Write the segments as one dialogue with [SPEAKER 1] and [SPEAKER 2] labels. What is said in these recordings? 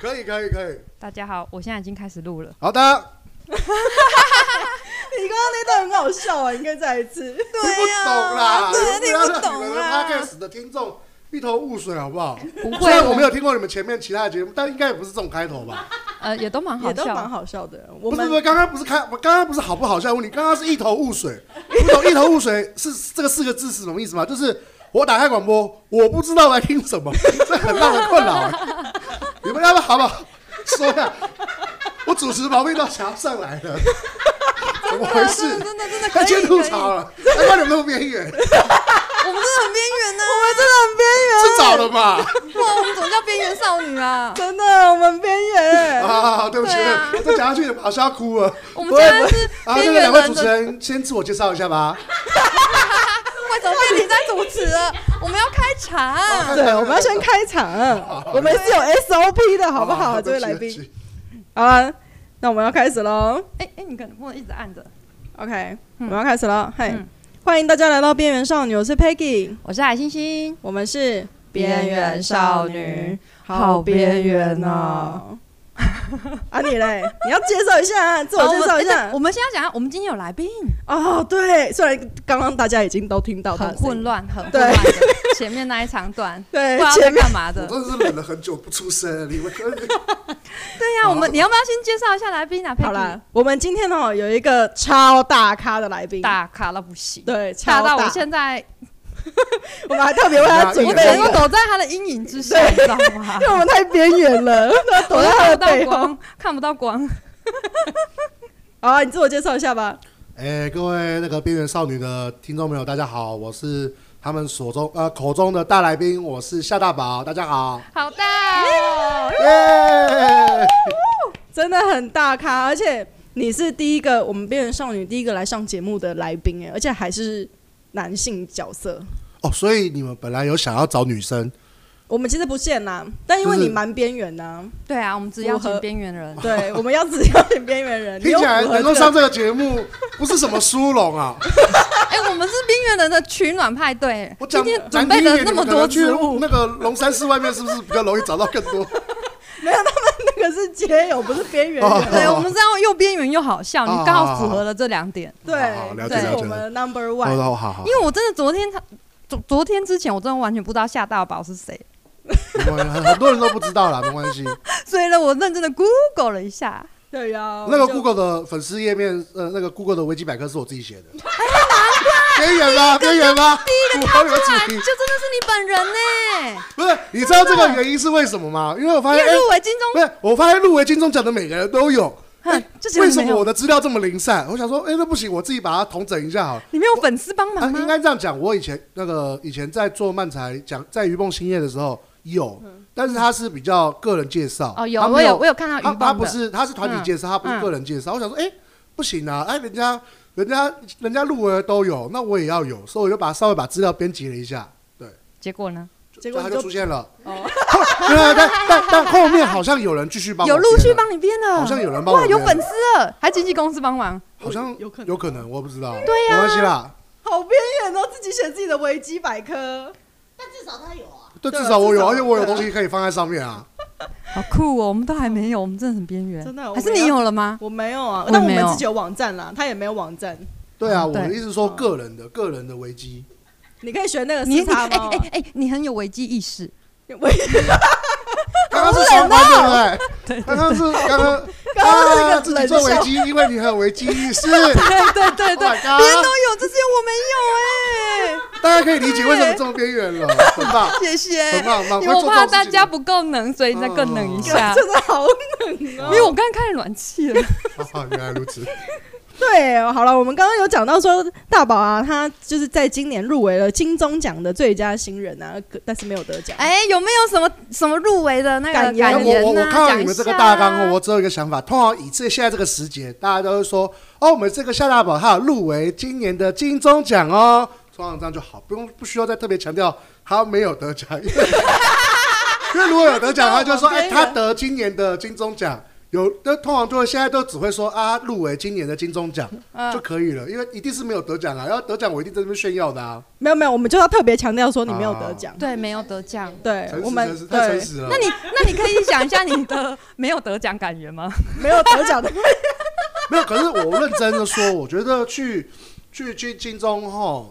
[SPEAKER 1] 可以可以可以。
[SPEAKER 2] 大家好，我现在已经开始录了。
[SPEAKER 1] 好的，
[SPEAKER 3] 你刚刚那段很好笑啊，你可以再一次。
[SPEAKER 1] 听不懂啦，
[SPEAKER 3] 对，
[SPEAKER 1] 不要
[SPEAKER 3] 听不
[SPEAKER 1] 让你
[SPEAKER 3] 懂啊
[SPEAKER 1] 们的
[SPEAKER 3] 啦。
[SPEAKER 1] podcast 的听众一头雾水，好不好？
[SPEAKER 2] 不
[SPEAKER 1] 虽
[SPEAKER 2] 会
[SPEAKER 1] 然，我没有听过你们前面其他的节目，但应该也不是这种开头吧？
[SPEAKER 2] 呃，也都蛮好
[SPEAKER 3] 也都蛮
[SPEAKER 2] 笑。
[SPEAKER 3] 好笑的。我
[SPEAKER 1] 不是
[SPEAKER 3] 们
[SPEAKER 1] 不是，刚刚不是开，我刚刚不是好不好笑的问题，刚刚是一头雾水，不懂一头雾水是这个四个字是什么意思吗？就是我打开广播，我不知道来听什么，这很让人困扰啊。你们要不要好不好说一下？我主持毛病都想要上来了，怎么
[SPEAKER 2] 啊
[SPEAKER 1] 回事？
[SPEAKER 3] 真的真的可
[SPEAKER 1] 他
[SPEAKER 3] 以，
[SPEAKER 1] 先
[SPEAKER 3] 可以
[SPEAKER 1] 吐槽了，他把你们都边 缘，
[SPEAKER 3] 我们真的很边缘呢，啊我们真的很边缘，
[SPEAKER 1] 这早了吧？
[SPEAKER 2] 哇，我们怎么叫边缘少女啊？
[SPEAKER 3] 真的我们 边缘。
[SPEAKER 1] 啊，对不起，
[SPEAKER 2] 对啊
[SPEAKER 1] 我再讲下去马上要哭了。
[SPEAKER 2] 我们今天是
[SPEAKER 1] 啊，那
[SPEAKER 2] 边
[SPEAKER 1] 个
[SPEAKER 2] 缘
[SPEAKER 1] 两位主
[SPEAKER 2] 人
[SPEAKER 1] 持
[SPEAKER 2] 的，
[SPEAKER 1] 人先自我介绍一下 吧。
[SPEAKER 2] 为什么变你在主持了？我们要开 场。
[SPEAKER 3] 对，我们 要先开场，啊我们是有 SOP 的，
[SPEAKER 1] 哦
[SPEAKER 3] 好不好？这位来
[SPEAKER 1] 对不
[SPEAKER 3] 宾，
[SPEAKER 1] 起，
[SPEAKER 3] 好了，那我们要开始喽。
[SPEAKER 2] 哎哎，你可能不能一直按着。
[SPEAKER 3] OK，我
[SPEAKER 2] 嗯
[SPEAKER 3] 们要开始了。嘿
[SPEAKER 2] 嗯，
[SPEAKER 3] 欢迎大家来到边缘少女，我是 Peggy，
[SPEAKER 2] 我是海星星，
[SPEAKER 3] 我们是
[SPEAKER 2] 边缘少女，
[SPEAKER 3] 好边缘哦。啊，你 嘞？你要介绍一下，自我介绍一
[SPEAKER 2] 哦
[SPEAKER 3] 下
[SPEAKER 2] 我。们现在讲，我们今天有来宾，
[SPEAKER 3] 哦，对，虽然刚刚大家已经都听到他
[SPEAKER 2] 很
[SPEAKER 3] 的声音
[SPEAKER 2] 混乱，很混
[SPEAKER 3] 对
[SPEAKER 2] 乱的。前面那一长段，不
[SPEAKER 3] 对
[SPEAKER 2] 知道在
[SPEAKER 3] 前面
[SPEAKER 2] 干嘛
[SPEAKER 1] 我
[SPEAKER 2] 的。
[SPEAKER 1] 真的是忍了很久不出声，你们
[SPEAKER 2] 对呀，我们你要不要先介绍一下来宾啊？
[SPEAKER 3] 好
[SPEAKER 2] Peggy
[SPEAKER 3] 啦，我们今天哦有一个超大咖的来宾，
[SPEAKER 2] 大咖到不行，
[SPEAKER 3] 对，
[SPEAKER 2] 大
[SPEAKER 3] 超
[SPEAKER 2] 到我
[SPEAKER 3] 大，
[SPEAKER 2] 现在
[SPEAKER 3] 我们还特别为他准
[SPEAKER 2] 我
[SPEAKER 3] 备
[SPEAKER 2] 整
[SPEAKER 3] 了一
[SPEAKER 2] 个
[SPEAKER 3] 个，
[SPEAKER 2] 躲在他的阴影之下，你知道 吗
[SPEAKER 3] 因？为我们太边缘了， 他躲在他
[SPEAKER 2] 看
[SPEAKER 3] 的
[SPEAKER 2] 不到
[SPEAKER 3] 背后。
[SPEAKER 2] 光， 看不到光。
[SPEAKER 3] 好啊，你自我介绍一下吧。
[SPEAKER 1] 哎，各位那个边缘少女的听众朋友，大家好，我是他们所中呃口中的大来宾，我是夏大宝，大家好，
[SPEAKER 2] 好大哦！
[SPEAKER 1] 耶！
[SPEAKER 3] 真的很大咖，而且你是第一个我们边缘少女第一个来上节目的来宾哎，而且还是男性角色。
[SPEAKER 1] 哦，所以你们本来有想要找女生，
[SPEAKER 3] 我们其实不限啦，但因为
[SPEAKER 1] 就是
[SPEAKER 3] 你蛮边缘 的啊、
[SPEAKER 2] 对啊，我们只邀请边缘人。
[SPEAKER 3] 对，我们要只邀请边缘人。你
[SPEAKER 1] 听
[SPEAKER 3] 有
[SPEAKER 1] 起来
[SPEAKER 3] 符合
[SPEAKER 1] 能够
[SPEAKER 3] 这个
[SPEAKER 1] 上这个节目，不是什么殊荣啊！
[SPEAKER 2] 哎，我们是边缘人的取暖派对。
[SPEAKER 1] 我
[SPEAKER 2] 今
[SPEAKER 1] 讲
[SPEAKER 2] 天
[SPEAKER 1] 讲
[SPEAKER 2] 准
[SPEAKER 1] 低
[SPEAKER 2] 备
[SPEAKER 1] 一
[SPEAKER 2] 了
[SPEAKER 1] 点，
[SPEAKER 2] 那
[SPEAKER 1] 你
[SPEAKER 2] 么
[SPEAKER 1] 们可
[SPEAKER 2] 多
[SPEAKER 1] 能去
[SPEAKER 2] 植物，
[SPEAKER 1] 那个龙山寺外面是不是比较容易找到更多？
[SPEAKER 3] 那个是街友，不是边缘
[SPEAKER 1] 哦
[SPEAKER 3] 人。
[SPEAKER 2] 对我们这样又边缘又好笑，你
[SPEAKER 1] 哦
[SPEAKER 2] 刚好符合了这两点。
[SPEAKER 3] 对
[SPEAKER 1] 好好，了解
[SPEAKER 3] 这
[SPEAKER 1] 了
[SPEAKER 3] 是
[SPEAKER 1] 解
[SPEAKER 3] 我们的 number
[SPEAKER 1] 哦
[SPEAKER 3] one。
[SPEAKER 1] 好好好
[SPEAKER 2] 因，为我真的昨天他昨昨天之前，我真的完全不知道夏大宝是谁，
[SPEAKER 1] 没关系很很多人都不知道 啦，没关系。
[SPEAKER 2] 所以呢，我认真的 Google 了一下。
[SPEAKER 3] 对呀，
[SPEAKER 1] 那个
[SPEAKER 3] 我就
[SPEAKER 1] Google 的粉丝页面，呃，那个 Google 的维基百科是我自己写 的。
[SPEAKER 2] 哎
[SPEAKER 1] 边缘吧，边缘吧，符合你的
[SPEAKER 2] 哇，
[SPEAKER 1] 主
[SPEAKER 2] 就真的
[SPEAKER 1] 题。
[SPEAKER 2] 是你本人呢！
[SPEAKER 1] 不是，你知道这个原因是为什么吗？因为我发
[SPEAKER 2] 你
[SPEAKER 1] 现，
[SPEAKER 2] 也
[SPEAKER 1] 哎，
[SPEAKER 2] 入围金
[SPEAKER 1] 不是，我发现入围金钟奖的每个人都有，
[SPEAKER 2] 钟，哼，这
[SPEAKER 1] 哎为
[SPEAKER 2] 节
[SPEAKER 1] 什
[SPEAKER 2] 目没
[SPEAKER 1] 么我
[SPEAKER 2] 有，
[SPEAKER 1] 的资料这么零散？我想说，哎，那不行，我自己把它统整一下好了。
[SPEAKER 2] 你没有粉丝帮
[SPEAKER 1] 啊，
[SPEAKER 2] 忙
[SPEAKER 1] 应
[SPEAKER 2] 吗？
[SPEAKER 1] 该这样讲，我以前那个以前在做漫才讲在于梦兴业的时候有，但是他是比较个人介绍。
[SPEAKER 2] 嗯哦，有
[SPEAKER 1] 他没
[SPEAKER 2] 我有我有看到
[SPEAKER 1] 他
[SPEAKER 2] 鱼
[SPEAKER 1] 他
[SPEAKER 2] 帮
[SPEAKER 1] 不
[SPEAKER 2] 的。
[SPEAKER 1] 是他是团体介绍，他不是
[SPEAKER 2] 嗯
[SPEAKER 1] 个人介绍。我想说，哎、不行啊，哎，人家人家人家入围的都有，那我也要有，所以我就把稍微把资料编辑了一下，
[SPEAKER 2] 结果呢？
[SPEAKER 1] 就
[SPEAKER 3] 结果
[SPEAKER 1] 他
[SPEAKER 3] 你
[SPEAKER 1] 就
[SPEAKER 3] 就
[SPEAKER 1] 出现了。
[SPEAKER 3] 哦
[SPEAKER 1] 对啊但但但后面好像有人继续帮我
[SPEAKER 2] 有
[SPEAKER 1] 编了，
[SPEAKER 2] 陆续帮你编了，
[SPEAKER 1] 好像有人帮我
[SPEAKER 2] 哇，有
[SPEAKER 1] 编
[SPEAKER 2] 粉丝了，还经纪公司帮忙，
[SPEAKER 1] 好像
[SPEAKER 3] 有可能
[SPEAKER 1] 有可能，我不知道，
[SPEAKER 2] 对啊呀
[SPEAKER 1] 没关系啦，
[SPEAKER 3] 好边缘哦，自己写自己的维基百科。
[SPEAKER 4] 但至少他有啊，
[SPEAKER 1] 对，
[SPEAKER 3] 对啊
[SPEAKER 1] 至少我
[SPEAKER 3] 至
[SPEAKER 1] 有，
[SPEAKER 3] 少
[SPEAKER 1] 而且我有
[SPEAKER 3] 对啊
[SPEAKER 1] 东西可以放在上面啊。
[SPEAKER 2] 好酷哦！我们都还没有，我们真的啊很边缘，
[SPEAKER 3] 真的我
[SPEAKER 2] 还是
[SPEAKER 3] 们
[SPEAKER 2] 你
[SPEAKER 3] 要
[SPEAKER 2] 有了吗？
[SPEAKER 3] 我没有啊
[SPEAKER 2] 我，也
[SPEAKER 3] 但我
[SPEAKER 2] 没
[SPEAKER 3] 们
[SPEAKER 2] 有
[SPEAKER 3] 自己有网站啦，他也没有网站，
[SPEAKER 1] 对啊，
[SPEAKER 2] 嗯
[SPEAKER 1] 我的
[SPEAKER 2] 对
[SPEAKER 1] 意思是说个人的个人的危 机，
[SPEAKER 3] 你可以学那个
[SPEAKER 2] 你
[SPEAKER 3] 四
[SPEAKER 2] 你
[SPEAKER 3] 叉
[SPEAKER 2] 哎
[SPEAKER 3] 猫
[SPEAKER 2] 哎哎，你很有危机意 识，
[SPEAKER 3] 我
[SPEAKER 1] 刚刚是双关对不 对？刚刚是刚刚
[SPEAKER 3] 刚刚是一个
[SPEAKER 1] 啊自己
[SPEAKER 3] 冷
[SPEAKER 1] 做危
[SPEAKER 3] 笑
[SPEAKER 1] 机，因为你很有危机意识。
[SPEAKER 2] 对对对
[SPEAKER 1] Oh my
[SPEAKER 2] 对，
[SPEAKER 1] God
[SPEAKER 2] 别人都有，这些我没有哎，
[SPEAKER 1] 大家可以理解为什么这么边缘 了，很棒，
[SPEAKER 2] 谢
[SPEAKER 1] 很
[SPEAKER 2] 谢。
[SPEAKER 1] 棒，很棒。
[SPEAKER 2] 因
[SPEAKER 1] 会
[SPEAKER 2] 为
[SPEAKER 1] 做
[SPEAKER 2] 我
[SPEAKER 1] 这种
[SPEAKER 2] 怕
[SPEAKER 1] 事情嗯
[SPEAKER 2] 大家不够冷，所以再更冷一下。
[SPEAKER 3] 真的好冷
[SPEAKER 2] 啊因
[SPEAKER 3] 哦。
[SPEAKER 2] 为我刚刚开了暖气了，
[SPEAKER 1] 啊，原来如此。
[SPEAKER 3] 对，好了，我们刚刚有讲到说大宝啊，他就是在今年入围了金钟奖的最佳新人啊，可但是没有得 奖。
[SPEAKER 2] 哎，有没有什么什么入围的那个
[SPEAKER 3] 感言
[SPEAKER 1] 那
[SPEAKER 2] 感
[SPEAKER 1] 我我
[SPEAKER 2] 言啊
[SPEAKER 1] 我
[SPEAKER 2] 呢？
[SPEAKER 1] 看到
[SPEAKER 2] 讲
[SPEAKER 1] 你
[SPEAKER 2] 一
[SPEAKER 1] 们这个
[SPEAKER 2] 下
[SPEAKER 1] 大纲
[SPEAKER 2] 啊
[SPEAKER 1] 后，我只有一个想法。通常以这现在这个时节，大家都会说哦，我们这个夏大宝他有入围今年的金钟奖哦。通常这样就好，不用不需要再特别强调他没有得奖，因为因为如果有得奖，他就说
[SPEAKER 3] 我 们
[SPEAKER 1] 哎，
[SPEAKER 3] 边缘
[SPEAKER 1] 他得今年的金钟奖。有，那通常就会现在都只会说啊，入围今年的金钟奖就
[SPEAKER 2] 嗯，
[SPEAKER 1] 可以了，因为一定是没有得奖啊，要得奖我一定在这边炫耀的啊，
[SPEAKER 3] 没有没有，我们就要特别强调说你没有得奖。
[SPEAKER 2] 对，没有得奖。
[SPEAKER 3] 对
[SPEAKER 1] 诚，实诚实
[SPEAKER 3] 我们
[SPEAKER 1] 太诚
[SPEAKER 3] 对
[SPEAKER 1] 实了
[SPEAKER 2] 那。你那你可以讲一下你的没有得奖感言吗？
[SPEAKER 3] 没有得 奖的，
[SPEAKER 1] 没有，可是我认真的说，我觉得去去去金钟哈，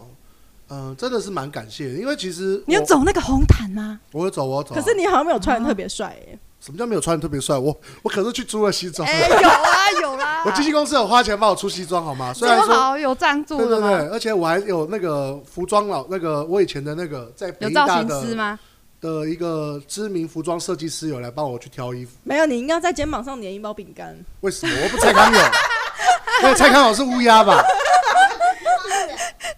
[SPEAKER 1] 嗯、真的是蛮感谢的，因为其实我
[SPEAKER 2] 你有，走那个红毯吗？
[SPEAKER 1] 我有走，我有走啊、
[SPEAKER 3] 可是你好像没有穿的特别帅耶。
[SPEAKER 1] 什么叫没有穿得特别帅？我我可是去租了西哦装的，
[SPEAKER 2] 哎，有啊有啦
[SPEAKER 1] 我经纪公司有花钱帮我出西装好吗？虽然
[SPEAKER 2] 这么
[SPEAKER 1] 说。
[SPEAKER 2] 好有赞助
[SPEAKER 1] 对对
[SPEAKER 2] 的吗？
[SPEAKER 1] 对，而且我还有那个服装老那个我以前的那个在北
[SPEAKER 2] 有
[SPEAKER 1] 艺
[SPEAKER 2] 造
[SPEAKER 1] 大
[SPEAKER 2] 型师
[SPEAKER 1] 的
[SPEAKER 2] 吗？
[SPEAKER 1] 的一个知名服装设计师有来帮我去挑衣服，
[SPEAKER 3] 没有，你应该在肩膀上粘一包饼干。
[SPEAKER 1] 为什么我不蔡康 永？那个蔡康永是乌鸦吧？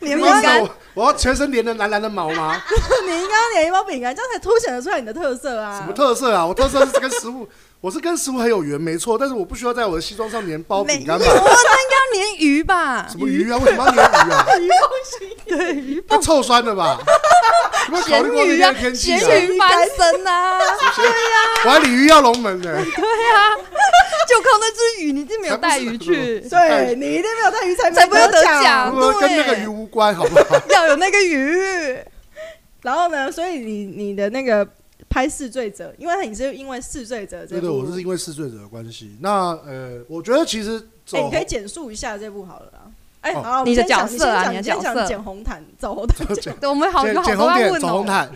[SPEAKER 3] 粘
[SPEAKER 1] 为
[SPEAKER 3] 饼
[SPEAKER 1] 什
[SPEAKER 3] 干，
[SPEAKER 1] 么我我要全身连着蓝蓝的毛吗？
[SPEAKER 3] 你应该要粘一包饼干，这样才凸显得出来你的特色啊。
[SPEAKER 1] 什么特色啊？我特色是跟食物，我是跟食物很有缘，没错，但是我不需要在我的西装上粘包饼干吧
[SPEAKER 2] 没？有哦那应该要粘鱼吧？
[SPEAKER 1] 什么鱼啊？为什么要粘鱼啊？
[SPEAKER 3] 鱼东西？对，鱼
[SPEAKER 1] 太臭酸了吧？有没有 考虑过
[SPEAKER 2] 咸
[SPEAKER 1] 明
[SPEAKER 2] 鱼啊
[SPEAKER 1] 天天，气
[SPEAKER 2] 咸
[SPEAKER 1] 啊？
[SPEAKER 2] 鱼啊翻 身啊！
[SPEAKER 1] 我还鲤鱼要龙门呢，
[SPEAKER 2] 对啊，就靠那只鱼，你一定没有带鱼 去，
[SPEAKER 3] 对你一定没有带鱼才
[SPEAKER 2] 才不会得
[SPEAKER 3] 奖
[SPEAKER 2] 奖。
[SPEAKER 1] 我跟那个鱼无关，好不 好？
[SPEAKER 2] 要有那个鱼。
[SPEAKER 3] 然后呢，所以你你的那个拍《试罪者》，因为你是因为《试罪者》
[SPEAKER 1] 对
[SPEAKER 3] 这部，
[SPEAKER 1] 对，我是因为嗜罪者的关系。那呃，我觉得其实
[SPEAKER 3] 哎，
[SPEAKER 1] 走
[SPEAKER 3] 你可以简述一下这部好了啦。哎，
[SPEAKER 1] 哦
[SPEAKER 3] 好了，我们
[SPEAKER 2] 你的
[SPEAKER 3] 先讲
[SPEAKER 2] 角色啊
[SPEAKER 3] 你先
[SPEAKER 2] 你的
[SPEAKER 3] 讲
[SPEAKER 2] 角
[SPEAKER 3] 先
[SPEAKER 2] 色
[SPEAKER 3] 讲剪红毯，走红毯，
[SPEAKER 1] 剪
[SPEAKER 2] 对，我们好
[SPEAKER 1] 剪
[SPEAKER 2] 多好
[SPEAKER 1] 剪
[SPEAKER 2] 多
[SPEAKER 1] 红
[SPEAKER 2] 要
[SPEAKER 1] 点，
[SPEAKER 2] 问
[SPEAKER 1] 走
[SPEAKER 2] 哦
[SPEAKER 1] 红，毯，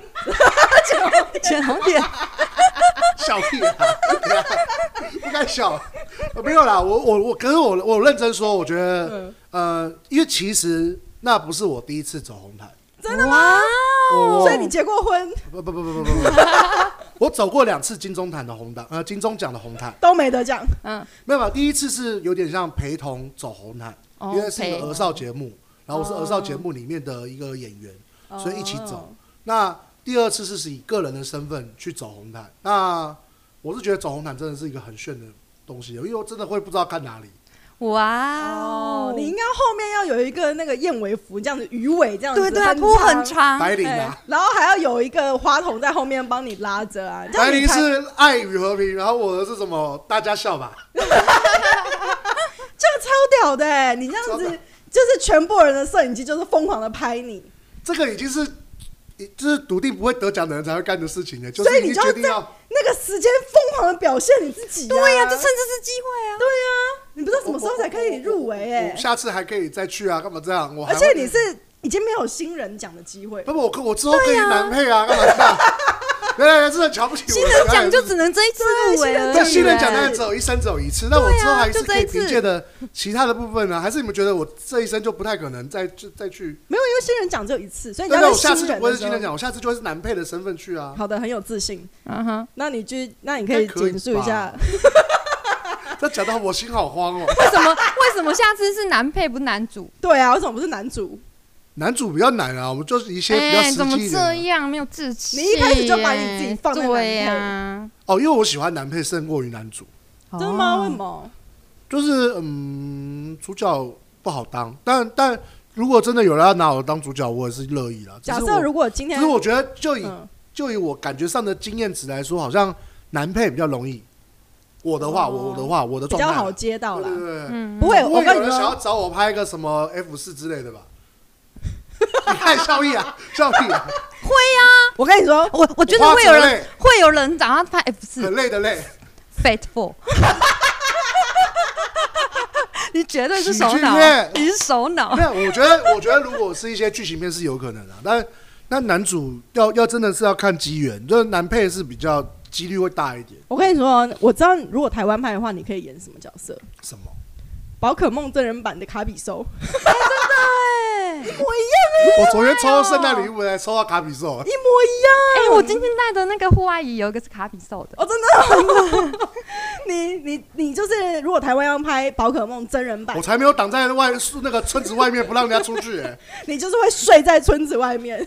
[SPEAKER 2] 剪红 点，
[SPEAKER 1] 笑屁啊！ 不该笑， 呃没有啦。我我我，可是我我认真说，我觉得
[SPEAKER 3] 嗯
[SPEAKER 1] 呃，因为其实那不是我第一次走红毯，
[SPEAKER 3] 真的吗？
[SPEAKER 2] 哇！
[SPEAKER 1] 我
[SPEAKER 3] 哦所以你结过婚
[SPEAKER 1] 不不不不不不，不我走过两次金钟毯的红毯，呃，金钟奖的红毯，
[SPEAKER 3] 都没得奖，
[SPEAKER 2] 嗯，
[SPEAKER 1] 没有吧？第一次是有点像陪同走红毯，
[SPEAKER 3] 哦
[SPEAKER 1] 因为是一个
[SPEAKER 2] 陪
[SPEAKER 1] 儿少节目，然后我是儿少节目里面的一个演员，所以一起走。
[SPEAKER 3] 哦。
[SPEAKER 1] 那第二次是以个人的身份去走红毯，那我是觉得走红毯真的是一个很炫的东西，因为我真的会不知道看哪里。
[SPEAKER 2] 哇
[SPEAKER 3] 哦
[SPEAKER 2] 哦，，
[SPEAKER 3] 你应该后面要有一个那个燕尾服，这样子鱼尾这样子，
[SPEAKER 2] 对对啊，
[SPEAKER 3] 翻
[SPEAKER 2] 铺很长，哎
[SPEAKER 1] 白领
[SPEAKER 3] 对
[SPEAKER 1] 啊，，
[SPEAKER 3] 然后还要有一个花筒在后面帮你拉着啊。这样
[SPEAKER 1] 白
[SPEAKER 3] 你
[SPEAKER 1] 领
[SPEAKER 3] 才
[SPEAKER 1] 是爱与和平，然后我的是什么？大家笑吧。
[SPEAKER 3] 这个超屌的、欸，你这样
[SPEAKER 1] 超
[SPEAKER 3] 子
[SPEAKER 1] 屌
[SPEAKER 3] 就是全部人的摄影机就是疯狂的拍你，
[SPEAKER 1] 这个已经是，就是笃定不会得奖的人才会干的事情呢，就
[SPEAKER 3] 所以
[SPEAKER 1] 是
[SPEAKER 3] 你
[SPEAKER 1] 已
[SPEAKER 3] 就
[SPEAKER 1] 经决
[SPEAKER 3] 要
[SPEAKER 1] 定
[SPEAKER 3] 在
[SPEAKER 1] 要
[SPEAKER 3] 那个时间疯狂的表现你自己、
[SPEAKER 2] 对呀，
[SPEAKER 3] 呀、
[SPEAKER 2] 这趁这次机会啊，
[SPEAKER 3] 对呀、你不知道什么时候才可以入围哎、
[SPEAKER 1] 我下次还可以再去啊，干嘛这样？我还
[SPEAKER 3] 而
[SPEAKER 1] 会
[SPEAKER 3] 且你是已经没有新人奖的机会，
[SPEAKER 1] 不不，我跟我之后可以男配啊，干嘛这样？ 原来真的瞧不起我。
[SPEAKER 2] 新人
[SPEAKER 1] 原来
[SPEAKER 2] 奖就只能这一次入围了。
[SPEAKER 1] 这
[SPEAKER 3] 对
[SPEAKER 1] 新人奖当
[SPEAKER 3] 呢
[SPEAKER 1] 然只有一生只有一次，那我
[SPEAKER 2] 对啊
[SPEAKER 1] 之后还是
[SPEAKER 2] 就这
[SPEAKER 1] 可以
[SPEAKER 2] 一次
[SPEAKER 1] 凭借的其他的部分呢、啊还是你们觉得我这一生就不太可能再就再去？
[SPEAKER 3] 没有因为新人奖只有一次，所以你
[SPEAKER 1] 对对，
[SPEAKER 3] 要在
[SPEAKER 1] 我下次
[SPEAKER 3] 新
[SPEAKER 1] 就
[SPEAKER 3] 人
[SPEAKER 1] 不会是
[SPEAKER 3] 的时
[SPEAKER 1] 新人
[SPEAKER 3] 候。
[SPEAKER 1] 奖，我下次就会是男配的身份去啊。
[SPEAKER 3] 好的，很有自信。
[SPEAKER 2] 嗯哼，
[SPEAKER 3] 那你去，那你可以
[SPEAKER 1] 应该可以
[SPEAKER 3] 简述一下
[SPEAKER 1] 吧，这讲到我心好慌哦。
[SPEAKER 2] 为什么为什么下次是男配不是男主？
[SPEAKER 3] 对啊，为什么不是男主？
[SPEAKER 1] 男主比较难啊，我们就是一些比较
[SPEAKER 2] 哎，
[SPEAKER 1] 实
[SPEAKER 2] 怎么
[SPEAKER 1] 际一点
[SPEAKER 2] 这
[SPEAKER 1] 的。
[SPEAKER 2] 样没有志气耶？
[SPEAKER 3] 你一开始就把你自己放在男配
[SPEAKER 2] 对呀，
[SPEAKER 1] 哦，因为我喜欢男配胜过于男主，
[SPEAKER 3] 真的吗？
[SPEAKER 2] 哦
[SPEAKER 3] 为什么？
[SPEAKER 1] 就是嗯，主角不好当，但但如果真的有人要拿我当主角，我也是乐意啦。只
[SPEAKER 3] 假
[SPEAKER 1] 是
[SPEAKER 3] 设
[SPEAKER 1] 我
[SPEAKER 3] 如果今
[SPEAKER 1] 只
[SPEAKER 3] 天
[SPEAKER 1] 是，我觉得就以
[SPEAKER 3] 嗯，
[SPEAKER 1] 就以我感觉上的经验值来说，好像男配比较容易。我的话，
[SPEAKER 3] 哦
[SPEAKER 1] 我我的话，我的
[SPEAKER 3] 比
[SPEAKER 1] 状
[SPEAKER 3] 较
[SPEAKER 1] 态
[SPEAKER 3] 好接到
[SPEAKER 1] 对
[SPEAKER 3] 啦。
[SPEAKER 1] 对对对，
[SPEAKER 2] 嗯
[SPEAKER 3] 不会，
[SPEAKER 1] 不
[SPEAKER 3] 我
[SPEAKER 1] 会
[SPEAKER 3] 跟
[SPEAKER 1] 有
[SPEAKER 3] 你
[SPEAKER 1] 人想要
[SPEAKER 3] 说，
[SPEAKER 1] 找我拍一个什么 F 四之类的吧？你看笑意啊，笑意啊，
[SPEAKER 2] 会呀，
[SPEAKER 3] 我跟你说，
[SPEAKER 2] 我我觉得会有
[SPEAKER 1] 花泽
[SPEAKER 2] 人
[SPEAKER 1] 类
[SPEAKER 2] 会有人找他拍哎 F 四
[SPEAKER 1] 很累的累，
[SPEAKER 2] Fate Four，你绝对是首
[SPEAKER 1] 喜剧
[SPEAKER 2] 脑
[SPEAKER 1] 片，
[SPEAKER 2] 你是首 脑
[SPEAKER 1] 没。有，我觉得，我觉得如果是一些剧情片是有可能的、啊但那男主要要真的是要看机缘，就是男配是比较几率会大一点。
[SPEAKER 3] 我跟你说，我知道如果台湾拍的话，你可以演什么角色？
[SPEAKER 1] 什么？
[SPEAKER 3] 宝可梦真人版的卡比兽，
[SPEAKER 2] 对，
[SPEAKER 3] 一模一
[SPEAKER 1] 我昨天抽圣诞礼物才抽到卡比兽，
[SPEAKER 3] 一模
[SPEAKER 2] 哎、
[SPEAKER 3] 一样。
[SPEAKER 2] 我今天带的那个户外椅有一个是卡比兽的，
[SPEAKER 3] 哦，真的， 你你你就是，如果台湾要拍宝可梦真人版
[SPEAKER 1] 我，才没有挡在外那个村子外面不让人家出去、哎，
[SPEAKER 3] 你就是会睡在村子外面，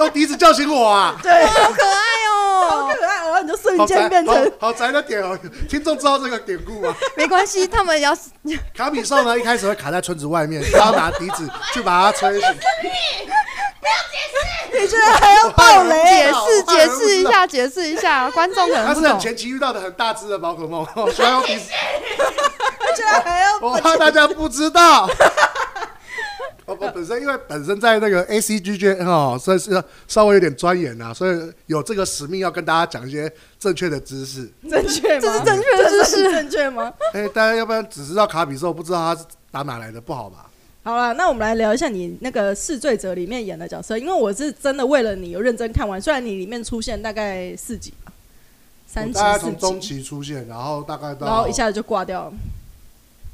[SPEAKER 1] 用笛子叫醒我啊！
[SPEAKER 3] 对，
[SPEAKER 2] 好可爱
[SPEAKER 3] 好
[SPEAKER 2] 哦、
[SPEAKER 3] 可爱，然后你就瞬
[SPEAKER 1] 好
[SPEAKER 3] 间
[SPEAKER 1] 宅，
[SPEAKER 3] 变成
[SPEAKER 1] 好好宅的点哦，听众知道这个典故吗？
[SPEAKER 2] 没关系，他们要是
[SPEAKER 1] 卡比兽呢，一开始会卡在村子外面，然后拿笛子去 把它吹醒。
[SPEAKER 3] 你居然还要爆雷，
[SPEAKER 2] 解释解释
[SPEAKER 1] 不
[SPEAKER 5] 释
[SPEAKER 1] 知
[SPEAKER 5] 一
[SPEAKER 1] 道
[SPEAKER 5] 下，解释一下，观众可
[SPEAKER 1] 他
[SPEAKER 5] 能
[SPEAKER 1] 是
[SPEAKER 5] 不
[SPEAKER 1] 很
[SPEAKER 5] 懂。
[SPEAKER 1] 前期遇到的很大只的宝可梦，我希望用比
[SPEAKER 3] 居然还要
[SPEAKER 1] 我哦怕大家不知道。我我本身因为本身在那个 A C G 圈哈，所以是稍微有点钻研呐、所以有这个使命要跟大家讲一些正确的知识。
[SPEAKER 3] 正确吗？
[SPEAKER 5] 这是正确的知识
[SPEAKER 3] 这是正 确吗？
[SPEAKER 1] 哎、大家要不然只知道卡比兽，不知道他是打哪来的，不好吧？
[SPEAKER 3] 好了，那我们来聊一下你那个《弑罪者》里面演的角色，因为我是真的为了你有认真看完，虽然你里面出现大概四集吧，三
[SPEAKER 1] 我
[SPEAKER 3] 集
[SPEAKER 1] 哦大概
[SPEAKER 3] 四
[SPEAKER 1] 从中
[SPEAKER 3] 集，
[SPEAKER 1] 期出现，然后大概
[SPEAKER 3] 然后
[SPEAKER 1] 到
[SPEAKER 3] 一下子就挂掉了，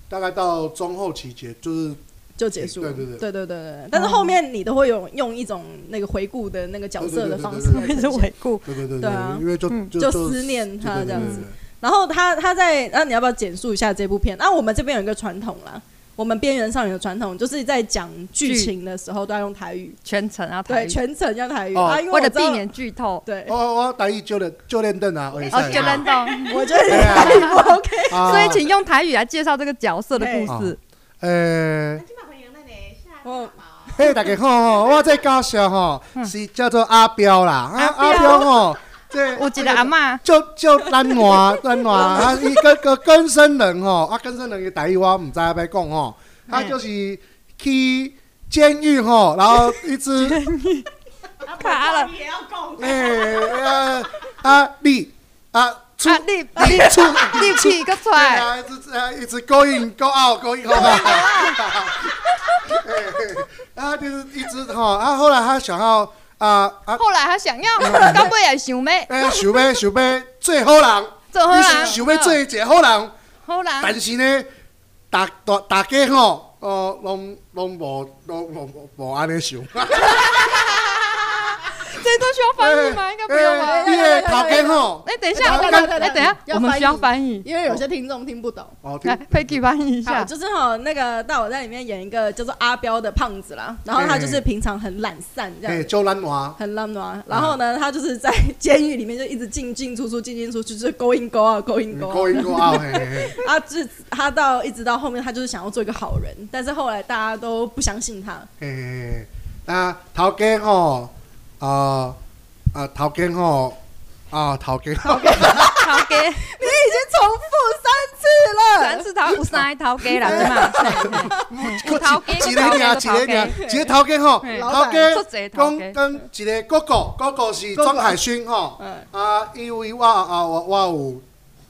[SPEAKER 1] 大概到中后期结，就是
[SPEAKER 3] 就结束了。
[SPEAKER 1] 哎对对
[SPEAKER 3] 对对对对但是后面你都会有用一种那个回顾的那个角色的方式
[SPEAKER 1] 对
[SPEAKER 3] 来
[SPEAKER 1] 对
[SPEAKER 3] 呈
[SPEAKER 5] 还是
[SPEAKER 3] 现，
[SPEAKER 5] 回顾，
[SPEAKER 1] 对对对
[SPEAKER 3] 对啊
[SPEAKER 1] 因为就、
[SPEAKER 5] 嗯
[SPEAKER 1] 就
[SPEAKER 3] 就思念他
[SPEAKER 1] 对对
[SPEAKER 3] 这样
[SPEAKER 1] 对
[SPEAKER 3] 子。
[SPEAKER 1] 对
[SPEAKER 3] 然后他他在，啊那、你要不要简述一下这部片？啊那、我们这边有一个传统啦，我们边缘少女的传统就是在讲剧
[SPEAKER 5] 剧
[SPEAKER 3] 情的时候都要用台语，
[SPEAKER 5] 全程啊，台
[SPEAKER 3] 对，
[SPEAKER 5] 语
[SPEAKER 3] 全程要台语、
[SPEAKER 1] 哦
[SPEAKER 3] 啊，因为
[SPEAKER 5] 为了
[SPEAKER 3] 我知道
[SPEAKER 5] 避免剧透。
[SPEAKER 3] 对。
[SPEAKER 1] 哦，我打一就练就练凳啊，我也是
[SPEAKER 5] 哦，就能懂，
[SPEAKER 3] 我觉得你
[SPEAKER 1] 哎呀
[SPEAKER 3] 台语不 OK，
[SPEAKER 1] 啊
[SPEAKER 5] 所以请用台语来介绍这个角色的故事。
[SPEAKER 1] 呃。
[SPEAKER 3] 哦，
[SPEAKER 6] 啊
[SPEAKER 1] 嘿，大家好吼，我这搞笑吼，是叫做阿彪啦，啊
[SPEAKER 5] 嗯阿
[SPEAKER 1] 阿彪吼，这
[SPEAKER 5] 我记得阿嗯嬷
[SPEAKER 1] 就就咱娃 咱娃，啊伊个个根生人吼，啊根生人的台语我毋知要讲吼，
[SPEAKER 5] 嗯
[SPEAKER 1] 他就是去监狱吼，然后 一只
[SPEAKER 5] 卡了，
[SPEAKER 1] 诶呃啊你啊出
[SPEAKER 5] 啊，立
[SPEAKER 1] 你
[SPEAKER 5] 立
[SPEAKER 1] 出
[SPEAKER 5] 立起一个出
[SPEAKER 1] 对
[SPEAKER 5] 来，
[SPEAKER 1] 啊，一直啊，一直 go in go out go in go out。啊，就是一直吼，啊，后来他想要啊啊，
[SPEAKER 5] 后来他想要，到尾也想要
[SPEAKER 1] 哎，想要想要做好人，
[SPEAKER 5] 做好
[SPEAKER 1] 你
[SPEAKER 5] 人，
[SPEAKER 1] 是想要做一个好人，
[SPEAKER 5] 好人，
[SPEAKER 1] 但是呢，大大大家吼，哦，拢拢无拢无无安尼想。
[SPEAKER 5] 这都需要翻译吗？应该不用吧？
[SPEAKER 1] 你的头家吼，
[SPEAKER 5] 哎，等一下，
[SPEAKER 1] 哎
[SPEAKER 5] 哎，
[SPEAKER 1] 等一
[SPEAKER 3] 下
[SPEAKER 5] 等一下，
[SPEAKER 3] 要
[SPEAKER 5] 我们需要翻译，
[SPEAKER 3] 因为有些听众听不懂。
[SPEAKER 1] 哦，
[SPEAKER 5] 来，Peggy 翻译一
[SPEAKER 3] 好，
[SPEAKER 5] 下。
[SPEAKER 3] 就是哈，那个大我在里面演一个叫做阿彪的胖子啦，然后他就是平常很懒散这
[SPEAKER 1] 哎，
[SPEAKER 3] 样，
[SPEAKER 1] 就咱话，
[SPEAKER 3] 很浪暖。然后呢，他就是在监狱里面就一直进进出出，进进出出，就是 go in go out go in go
[SPEAKER 1] go
[SPEAKER 3] out。
[SPEAKER 1] in go out，嘿嘿嘿，
[SPEAKER 3] 啊，至他到一直到后面，他就是想要做一个好人，但是后来大家都不相信他。
[SPEAKER 1] 嘿嘿嘿，啊，头家吼，啊啊，头家吼，啊，头家吼。
[SPEAKER 5] 头家，
[SPEAKER 3] 你已经重复三
[SPEAKER 5] 三
[SPEAKER 3] 次了，
[SPEAKER 5] 次头有三个头家
[SPEAKER 2] 哎
[SPEAKER 5] 啦，对嘛？有哎头家
[SPEAKER 1] 一个尔，一个啊尔，一个头家吼，头
[SPEAKER 5] 嘿足
[SPEAKER 1] 家
[SPEAKER 5] 侪头
[SPEAKER 1] 讲
[SPEAKER 5] 家
[SPEAKER 1] 跟一个哥哥，哥哥是庄海勋吼，
[SPEAKER 5] 嗯
[SPEAKER 1] 啊，因为我啊我我有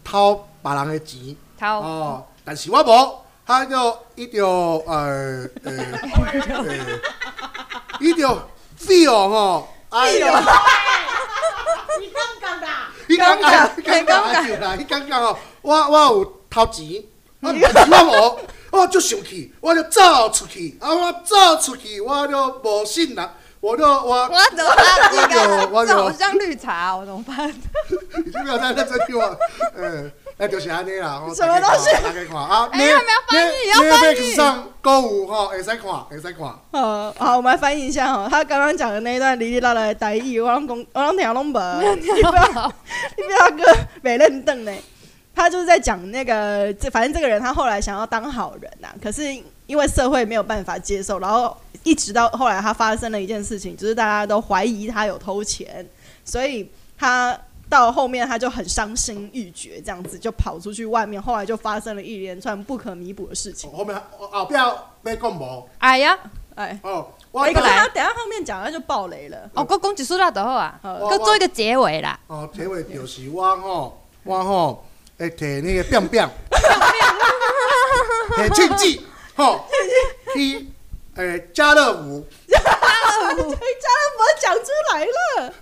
[SPEAKER 1] 偷别人的钱，
[SPEAKER 5] 头
[SPEAKER 1] 哦，但是我无，啊他就伊就呃 呃呃，伊就 feel 吼，哎呦，
[SPEAKER 6] 你啊杠杠的，
[SPEAKER 1] 伊感觉感觉哎呦啦，伊感觉吼，我我有偷钱，
[SPEAKER 5] 嗯
[SPEAKER 1] 我我无。我就生气，我就走出去，啊！我走出去，我就无信啦，我就我
[SPEAKER 5] 我怎么办？
[SPEAKER 1] 我有我
[SPEAKER 5] 这好
[SPEAKER 1] 有，
[SPEAKER 5] 像绿茶哦，我怎么办？
[SPEAKER 1] 你就不要再认真听我，嗯，那就是安尼啦。吼
[SPEAKER 3] 什么东西
[SPEAKER 1] 大家看啊，
[SPEAKER 5] 哎他们要翻译要翻译
[SPEAKER 1] 上购物吼，会使看，会使看。
[SPEAKER 3] 呃，
[SPEAKER 5] 哦
[SPEAKER 3] 好，我们来翻译一下哈，他刚刚讲的那一段哩哩啦啦的台语，我让公，我让听拢无，你不要，
[SPEAKER 2] 哦
[SPEAKER 3] 你不要哥没认凳呢。他就是在讲那个，这反正这个人他后来想要当好人呐、可是因为社会没有办法接受，然后一直到后来他发生了一件事情，就是大家都怀疑他有偷钱，所以他到后面他就很伤心欲绝，这样子就跑出去外面，后来就发生了一连串不可弥补的事情。
[SPEAKER 1] 后面哦后壁要讲无
[SPEAKER 5] 哎呀，
[SPEAKER 3] 哎，
[SPEAKER 1] 哦，
[SPEAKER 3] 哎
[SPEAKER 1] 我
[SPEAKER 3] 可
[SPEAKER 5] 个
[SPEAKER 3] 是
[SPEAKER 5] 来
[SPEAKER 3] 他等一下后面讲他就爆雷了。
[SPEAKER 5] 哦，我讲一出啦就好啊，
[SPEAKER 3] 好
[SPEAKER 5] 搁做一个结尾啦。
[SPEAKER 1] 哦，结尾就是我吼，我吼会摕那个变变，摕庆记吼去诶家乐福，
[SPEAKER 5] 哦
[SPEAKER 3] 对，家人我讲出来了，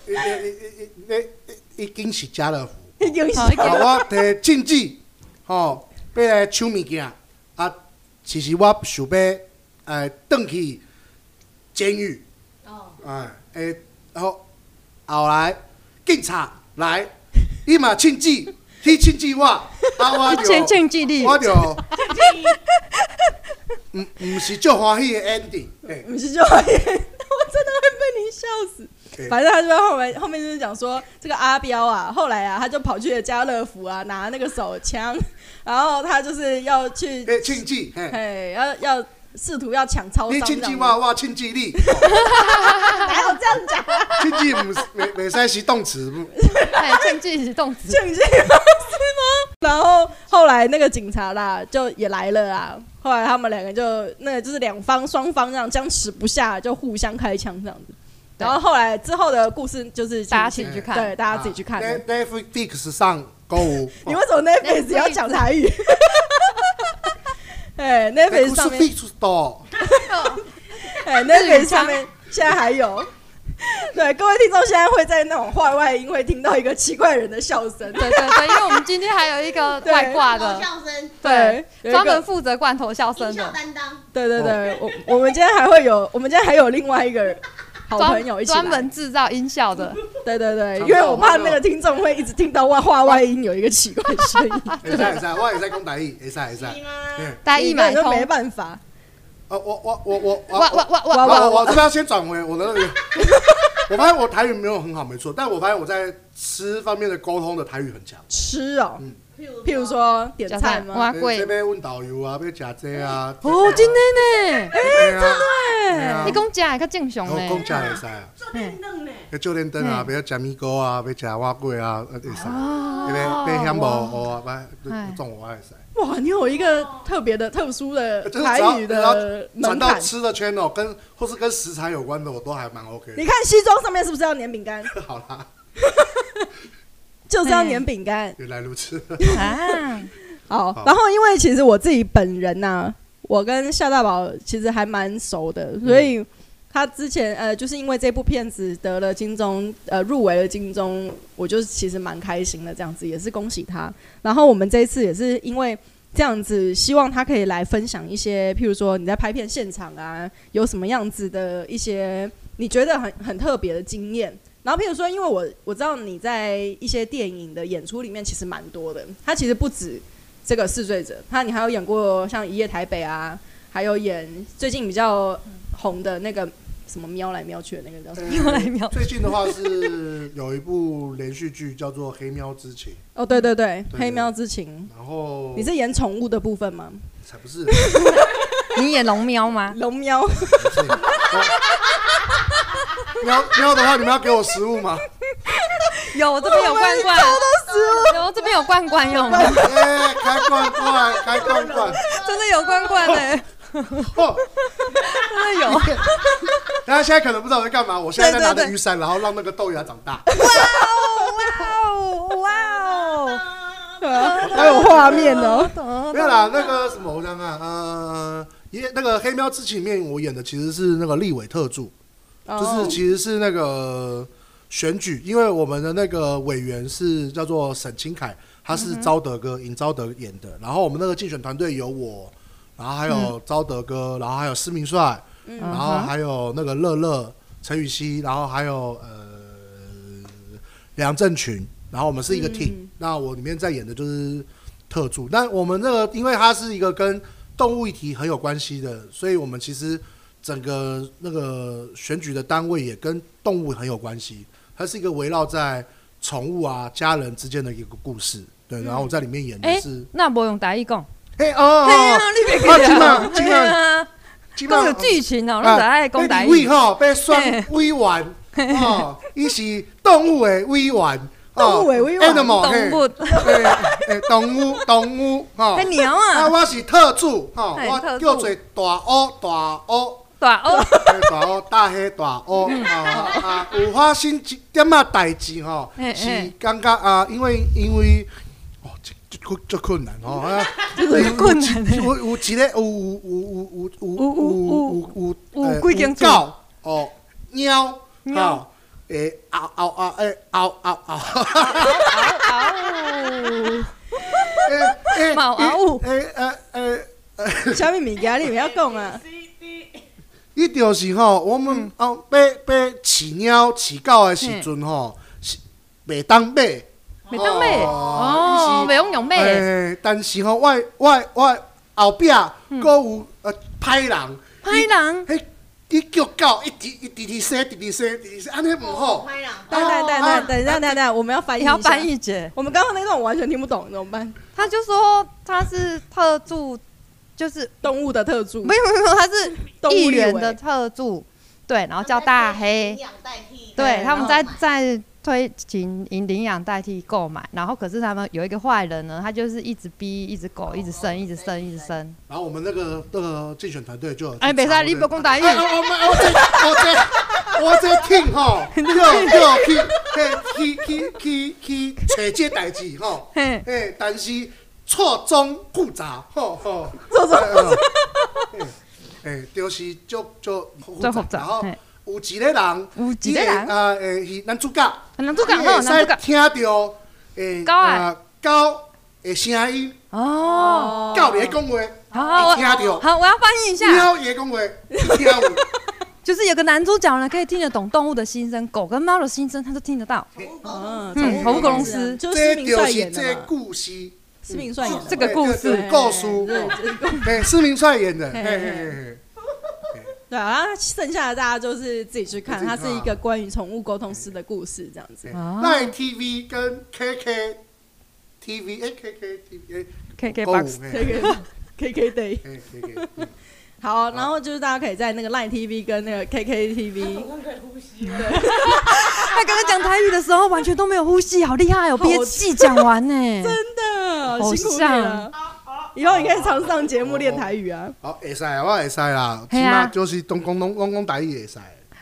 [SPEAKER 1] 诶诶诶诶，呃已经是家乐福。
[SPEAKER 3] 有
[SPEAKER 5] 好一
[SPEAKER 1] 啊，
[SPEAKER 5] 个
[SPEAKER 1] 我摕禁忌，吼、要来抢物件，啊，其实我想要，呃，转去监狱，
[SPEAKER 6] 哦，
[SPEAKER 1] 哎、诶，然后后来警察来，伊嘛禁忌，去禁忌我，啊，我
[SPEAKER 5] 庆
[SPEAKER 1] 就，
[SPEAKER 5] 庆记力，
[SPEAKER 1] 我就，唔唔是足欢喜的 ending，诶、
[SPEAKER 3] 你是就我真的会被你笑死。
[SPEAKER 1] 对
[SPEAKER 3] 反正他就在后面，后面就是讲说这个阿彪啊，后来啊，他就跑去了家乐福啊，拿那个手枪，然后他就是要去，
[SPEAKER 1] 诶，禁忌，嘿、
[SPEAKER 3] 哎，要要试图要抢超商
[SPEAKER 1] 你
[SPEAKER 3] 这
[SPEAKER 1] 禁忌
[SPEAKER 3] 样 子。
[SPEAKER 1] 我，我禁忌你，
[SPEAKER 3] 哪有这样讲？
[SPEAKER 1] 禁忌记唔每每三习动词不
[SPEAKER 2] 哎，证据是动词，
[SPEAKER 3] 庆幸是吗？然后后来那个警察啦，就也来了啦。后来他们两个就那个就是两方双方这样僵持不下，就互相开枪这样子。
[SPEAKER 2] 对
[SPEAKER 3] 然后后来之后的故事就是
[SPEAKER 2] 大家
[SPEAKER 3] 请
[SPEAKER 2] 自己去看。
[SPEAKER 3] 对大家自己去看。
[SPEAKER 1] Net- 啊 Netflix 上购物，哦
[SPEAKER 3] 你为什么 Netflix 要讲台 语？哎，Netflix 上面，
[SPEAKER 1] Netflix 的
[SPEAKER 3] 哎，Netflix 上 面现在还有。对，各位听众现在会在那种话外音会听到一个奇怪人的笑声。
[SPEAKER 2] 对对对，因为我们今天还有一 个
[SPEAKER 3] 对
[SPEAKER 2] 外挂
[SPEAKER 6] 搞
[SPEAKER 2] 的，
[SPEAKER 6] 笑声，
[SPEAKER 2] 对，
[SPEAKER 3] 有一个
[SPEAKER 2] 专门负责罐头笑
[SPEAKER 6] 音
[SPEAKER 2] 声
[SPEAKER 6] 效
[SPEAKER 2] 的，
[SPEAKER 6] 担当，
[SPEAKER 3] 对对对，我我们今天还会有，我们今天还有另外一个好
[SPEAKER 2] 专
[SPEAKER 3] 朋友一起来
[SPEAKER 2] 专门制造音 效的，
[SPEAKER 3] 对对对，
[SPEAKER 1] 长
[SPEAKER 3] 因为
[SPEAKER 1] 寿
[SPEAKER 3] 我怕
[SPEAKER 1] 长寿
[SPEAKER 3] 那个听众会一直听到外话外音有一个奇怪的声 音，
[SPEAKER 1] 会使会使，我会使讲台语，会使会使。
[SPEAKER 6] 你吗？
[SPEAKER 1] 嗯，
[SPEAKER 2] 大家一买
[SPEAKER 3] 那就没
[SPEAKER 2] 通，
[SPEAKER 3] 办法。
[SPEAKER 1] 啊，我我我我我
[SPEAKER 2] 哇哇哇哇
[SPEAKER 1] 我
[SPEAKER 2] 哇
[SPEAKER 1] 我
[SPEAKER 2] 哇，
[SPEAKER 1] 这边要先转回我的那个， 我发现我台语没有很好，没错，但我发现我在吃方面的沟通的台语很强。
[SPEAKER 3] 吃哦，譬
[SPEAKER 6] 譬
[SPEAKER 3] 如，说点
[SPEAKER 2] 叫
[SPEAKER 3] 菜
[SPEAKER 2] 他
[SPEAKER 3] 吗？
[SPEAKER 2] 哇
[SPEAKER 1] 这
[SPEAKER 2] 贵
[SPEAKER 1] 边问导游啊，要食这啊。
[SPEAKER 2] 哦，今天呢，
[SPEAKER 1] 哎，真的
[SPEAKER 2] 你讲假个正常
[SPEAKER 1] 我哦讲
[SPEAKER 2] 呢，
[SPEAKER 1] 食会使啊，
[SPEAKER 6] 做电灯呢，
[SPEAKER 1] 要酒店灯
[SPEAKER 3] 嗯
[SPEAKER 1] 啊，要食米糕啊，要食瓦粿啊，会使。
[SPEAKER 3] 哦
[SPEAKER 1] 要要香薄糊啊，
[SPEAKER 3] 哎
[SPEAKER 1] 不种我会使。
[SPEAKER 3] 哇，你有一个特别的、特殊的
[SPEAKER 1] 呃就是
[SPEAKER 3] 台
[SPEAKER 1] 只要
[SPEAKER 3] 语
[SPEAKER 1] 只要
[SPEAKER 3] 的
[SPEAKER 1] 传
[SPEAKER 3] 门
[SPEAKER 1] 到
[SPEAKER 3] 槛。
[SPEAKER 1] 吃的 channel 跟或是跟食材有关的，我都还蛮 OK
[SPEAKER 3] 你
[SPEAKER 1] 的。
[SPEAKER 3] 看西装上面是不是要粘饼干？
[SPEAKER 1] 好啦，
[SPEAKER 3] 就是要粘饼干。
[SPEAKER 1] 原来如此。
[SPEAKER 2] 啊，
[SPEAKER 3] 好
[SPEAKER 1] 好，
[SPEAKER 3] 然后因为其实我自己本人呐、我跟夏大宝其实还蛮熟的，所
[SPEAKER 1] 嗯
[SPEAKER 3] 以他之前呃，就是因为这部片子得了金钟，呃，入围了金钟，我就其实蛮开心的，这样子也是恭喜他。然后我们这一次也是因为。这样子，希望他可以来分享一些，譬如说你在拍片现场啊，有什么样子的一些你觉得很很特别的经验。然后，譬如说，因为我我知道你在一些电影的演出里面其实蛮多的，他其实不止这个试罪者，他你还有演过像《一夜台北》啊，还有演最近比较红的那个什么喵来喵去的那个叫什么？
[SPEAKER 2] 喵来喵，
[SPEAKER 1] 最近的话是有一部连续剧叫做《黑喵之情
[SPEAKER 3] 哦，对对对，
[SPEAKER 1] 对
[SPEAKER 3] 黑喵之情》，》，
[SPEAKER 1] 然后
[SPEAKER 3] 你是演宠物的部分吗？
[SPEAKER 1] 才不是，
[SPEAKER 2] 你演龙喵吗？
[SPEAKER 3] 龙喵，
[SPEAKER 1] 不是。喵喵的话，你们要给我食物 吗？
[SPEAKER 2] 有，我这边有罐罐，有，这边有罐罐用，
[SPEAKER 1] 哎，开罐罐，开罐罐。
[SPEAKER 2] 真的有罐罐嘞，
[SPEAKER 1] 哦，
[SPEAKER 2] 真的有，
[SPEAKER 1] 大家现在可能不知道我在干嘛，我现在在拿
[SPEAKER 2] 对
[SPEAKER 1] 着
[SPEAKER 2] 对对
[SPEAKER 1] 雨伞，然后让那个豆芽长大。
[SPEAKER 2] 哇哦哇哦，
[SPEAKER 3] 对啊， 还有画面哦。
[SPEAKER 1] 没有啦，那个什么，我想想看，呃，也那个《黑喵之情》里面，我演的其实是那个立委特助，
[SPEAKER 3] 哦
[SPEAKER 1] 就是其实是那个选举，因为我们的那个委员是叫做沈清凯，他是招德哥尹招德演的，然后我们那个竞选团队有我，然后还有招德哥，然后还有施明帅，
[SPEAKER 2] 嗯
[SPEAKER 1] 然后还有那个乐乐陈雨希，然后还有呃梁振群，然后我们是一个 team，、那我里面在演的就是特助，但我们那个因为它是一个跟动物议题很有关系的，所以我们其实整个那个选举的单位也跟动物很有关系，它是一个围绕在宠物啊、家人之间的一个故事。对，然后我在里面演的是，
[SPEAKER 2] 那不用打一讲，
[SPEAKER 1] 哎哦，
[SPEAKER 2] 你
[SPEAKER 1] 啊，金马金
[SPEAKER 2] 对
[SPEAKER 1] 马
[SPEAKER 2] 啊，
[SPEAKER 1] 金
[SPEAKER 2] 都
[SPEAKER 1] 马
[SPEAKER 2] 有剧情
[SPEAKER 1] 啊
[SPEAKER 2] 哦，咱就爱讲台
[SPEAKER 1] 被委
[SPEAKER 2] 语，
[SPEAKER 1] 吼，被选委员哦，伊是动物的委员，哦
[SPEAKER 3] 动物的委员
[SPEAKER 1] ，animal 嘿
[SPEAKER 2] 动物，
[SPEAKER 1] 哎哎动物动物哈
[SPEAKER 2] 哎，鸟
[SPEAKER 1] 啊，
[SPEAKER 2] 啊，
[SPEAKER 1] 我是特助哈，
[SPEAKER 2] 嘿
[SPEAKER 1] 我
[SPEAKER 2] 特助
[SPEAKER 1] 叫做大乌大乌。
[SPEAKER 2] 大哦，
[SPEAKER 1] 嘿大乌大黑大乌啊啊！有发生一点仔代志吼，
[SPEAKER 2] 嘿嘿
[SPEAKER 1] 是感觉啊，因为因为哦，这这困这困难吼，啊，有
[SPEAKER 2] 困难的
[SPEAKER 1] 有有一个有有有有有有有
[SPEAKER 2] 有
[SPEAKER 1] 呃
[SPEAKER 2] 有几间厝
[SPEAKER 1] 狗哦，猫
[SPEAKER 2] 猫
[SPEAKER 1] 吼，诶，嗷嗷嗷诶，嗷嗷嗷，诶诶
[SPEAKER 2] 毛嗷嗷
[SPEAKER 1] 诶诶诶。
[SPEAKER 3] 小米米给你们要 讲啊，
[SPEAKER 1] 伊就是吼，我们哦，要要饲猫、饲狗的时阵吼，是袂当买。
[SPEAKER 2] 袂当买
[SPEAKER 1] 哦
[SPEAKER 2] 哦，袂用用买的，
[SPEAKER 1] 诶，但是吼，我的我的我的后壁阁有呃歹人，
[SPEAKER 2] 歹人
[SPEAKER 1] 迄伊叫狗一直一直直说，直直说，直直说，安尼毋好。
[SPEAKER 6] 拍了，
[SPEAKER 3] 等等等
[SPEAKER 1] 啊
[SPEAKER 2] 哦
[SPEAKER 3] 等等一下等一下，我们要翻
[SPEAKER 2] 也
[SPEAKER 3] 译一下
[SPEAKER 2] 要翻。译姐，
[SPEAKER 3] 我们刚刚那段我完全听不懂，怎么办？
[SPEAKER 2] 他就说他是特助，就是
[SPEAKER 3] 动物的特助
[SPEAKER 2] 没有没有，他是
[SPEAKER 3] 嗯动物
[SPEAKER 2] 议
[SPEAKER 3] 立
[SPEAKER 2] 员
[SPEAKER 3] 委
[SPEAKER 6] 哦
[SPEAKER 2] 的特助，对，然后叫大黑，
[SPEAKER 6] 两代替，
[SPEAKER 2] 对，他们
[SPEAKER 3] 然后
[SPEAKER 2] 在在推行以领养代替购买，然后可是他们有一个坏人呢，他就是一直逼，一直狗，一直生，一直生，一直生。
[SPEAKER 1] 然后我们那个那个竞选团队就
[SPEAKER 2] 哎，北山，你不
[SPEAKER 1] 不
[SPEAKER 2] 讲台语，
[SPEAKER 1] 哎，我我我这我这我这听吼，就就去去去去去找这代志吼，
[SPEAKER 2] 嘿，
[SPEAKER 1] 哎，但是错综复杂，吼 吼，错综复杂，哎，就是就就
[SPEAKER 2] 最复
[SPEAKER 1] 然
[SPEAKER 2] 杂。
[SPEAKER 1] 后
[SPEAKER 2] 嘿，
[SPEAKER 1] 有一个人，
[SPEAKER 2] 有一个人
[SPEAKER 1] 啊，诶，是男主角，
[SPEAKER 2] 男
[SPEAKER 3] 哎
[SPEAKER 2] 主角好，
[SPEAKER 1] 你
[SPEAKER 2] 男
[SPEAKER 1] 会
[SPEAKER 2] 主
[SPEAKER 1] 使
[SPEAKER 2] 角
[SPEAKER 1] 听到诶
[SPEAKER 2] 狗啊
[SPEAKER 1] 狗的声音，
[SPEAKER 2] 哦，
[SPEAKER 1] 狗在讲话，
[SPEAKER 3] 哎
[SPEAKER 2] 好，我
[SPEAKER 1] 你听
[SPEAKER 3] 哦
[SPEAKER 1] 到
[SPEAKER 2] 好，我要翻译一下。
[SPEAKER 1] 猫也讲话，你 听有。
[SPEAKER 2] 就是有个男主角呢，可以听得懂动物的心声，狗跟猫的心声，他都听得到。
[SPEAKER 3] 嗯
[SPEAKER 2] 嗯宠物公司
[SPEAKER 3] 啊就是施
[SPEAKER 1] 这
[SPEAKER 3] 明
[SPEAKER 1] 就
[SPEAKER 3] 帅
[SPEAKER 1] 是
[SPEAKER 3] 演
[SPEAKER 1] 这
[SPEAKER 3] 的嘛，
[SPEAKER 1] 故事，哎
[SPEAKER 3] 施明帅演的嘛，
[SPEAKER 2] 这个故事
[SPEAKER 1] 对告诉，对，哎施明帅演的，嘿嘿嘿嘿，
[SPEAKER 3] 对啊，然后剩下的大家就是自己去看，
[SPEAKER 1] 啊
[SPEAKER 3] 它是一个关于宠物沟通师的故事，这样子。
[SPEAKER 2] 哦
[SPEAKER 1] 赖 TV 跟 KK TV，哎，KK TV，
[SPEAKER 2] K
[SPEAKER 1] 哎
[SPEAKER 2] K box，
[SPEAKER 3] 哦
[SPEAKER 1] 购物
[SPEAKER 3] 这
[SPEAKER 1] 嘿
[SPEAKER 3] 个 K K Day，
[SPEAKER 1] 嘿，KK，嗯
[SPEAKER 3] 好，然后就是大家可以在那个 Line TV 跟那个 K K TV
[SPEAKER 2] 他刚刚讲台语的时候完全都没有呼吸，好厉害哦，憋气讲完呢。
[SPEAKER 3] 真的
[SPEAKER 2] 好
[SPEAKER 3] 辛苦你
[SPEAKER 2] 像
[SPEAKER 3] 了，以后你可以常上节目练台语啊。
[SPEAKER 1] 好，会使，我会使啦，起
[SPEAKER 2] 嘿啊
[SPEAKER 1] 码就是东讲拢拢讲台语会使，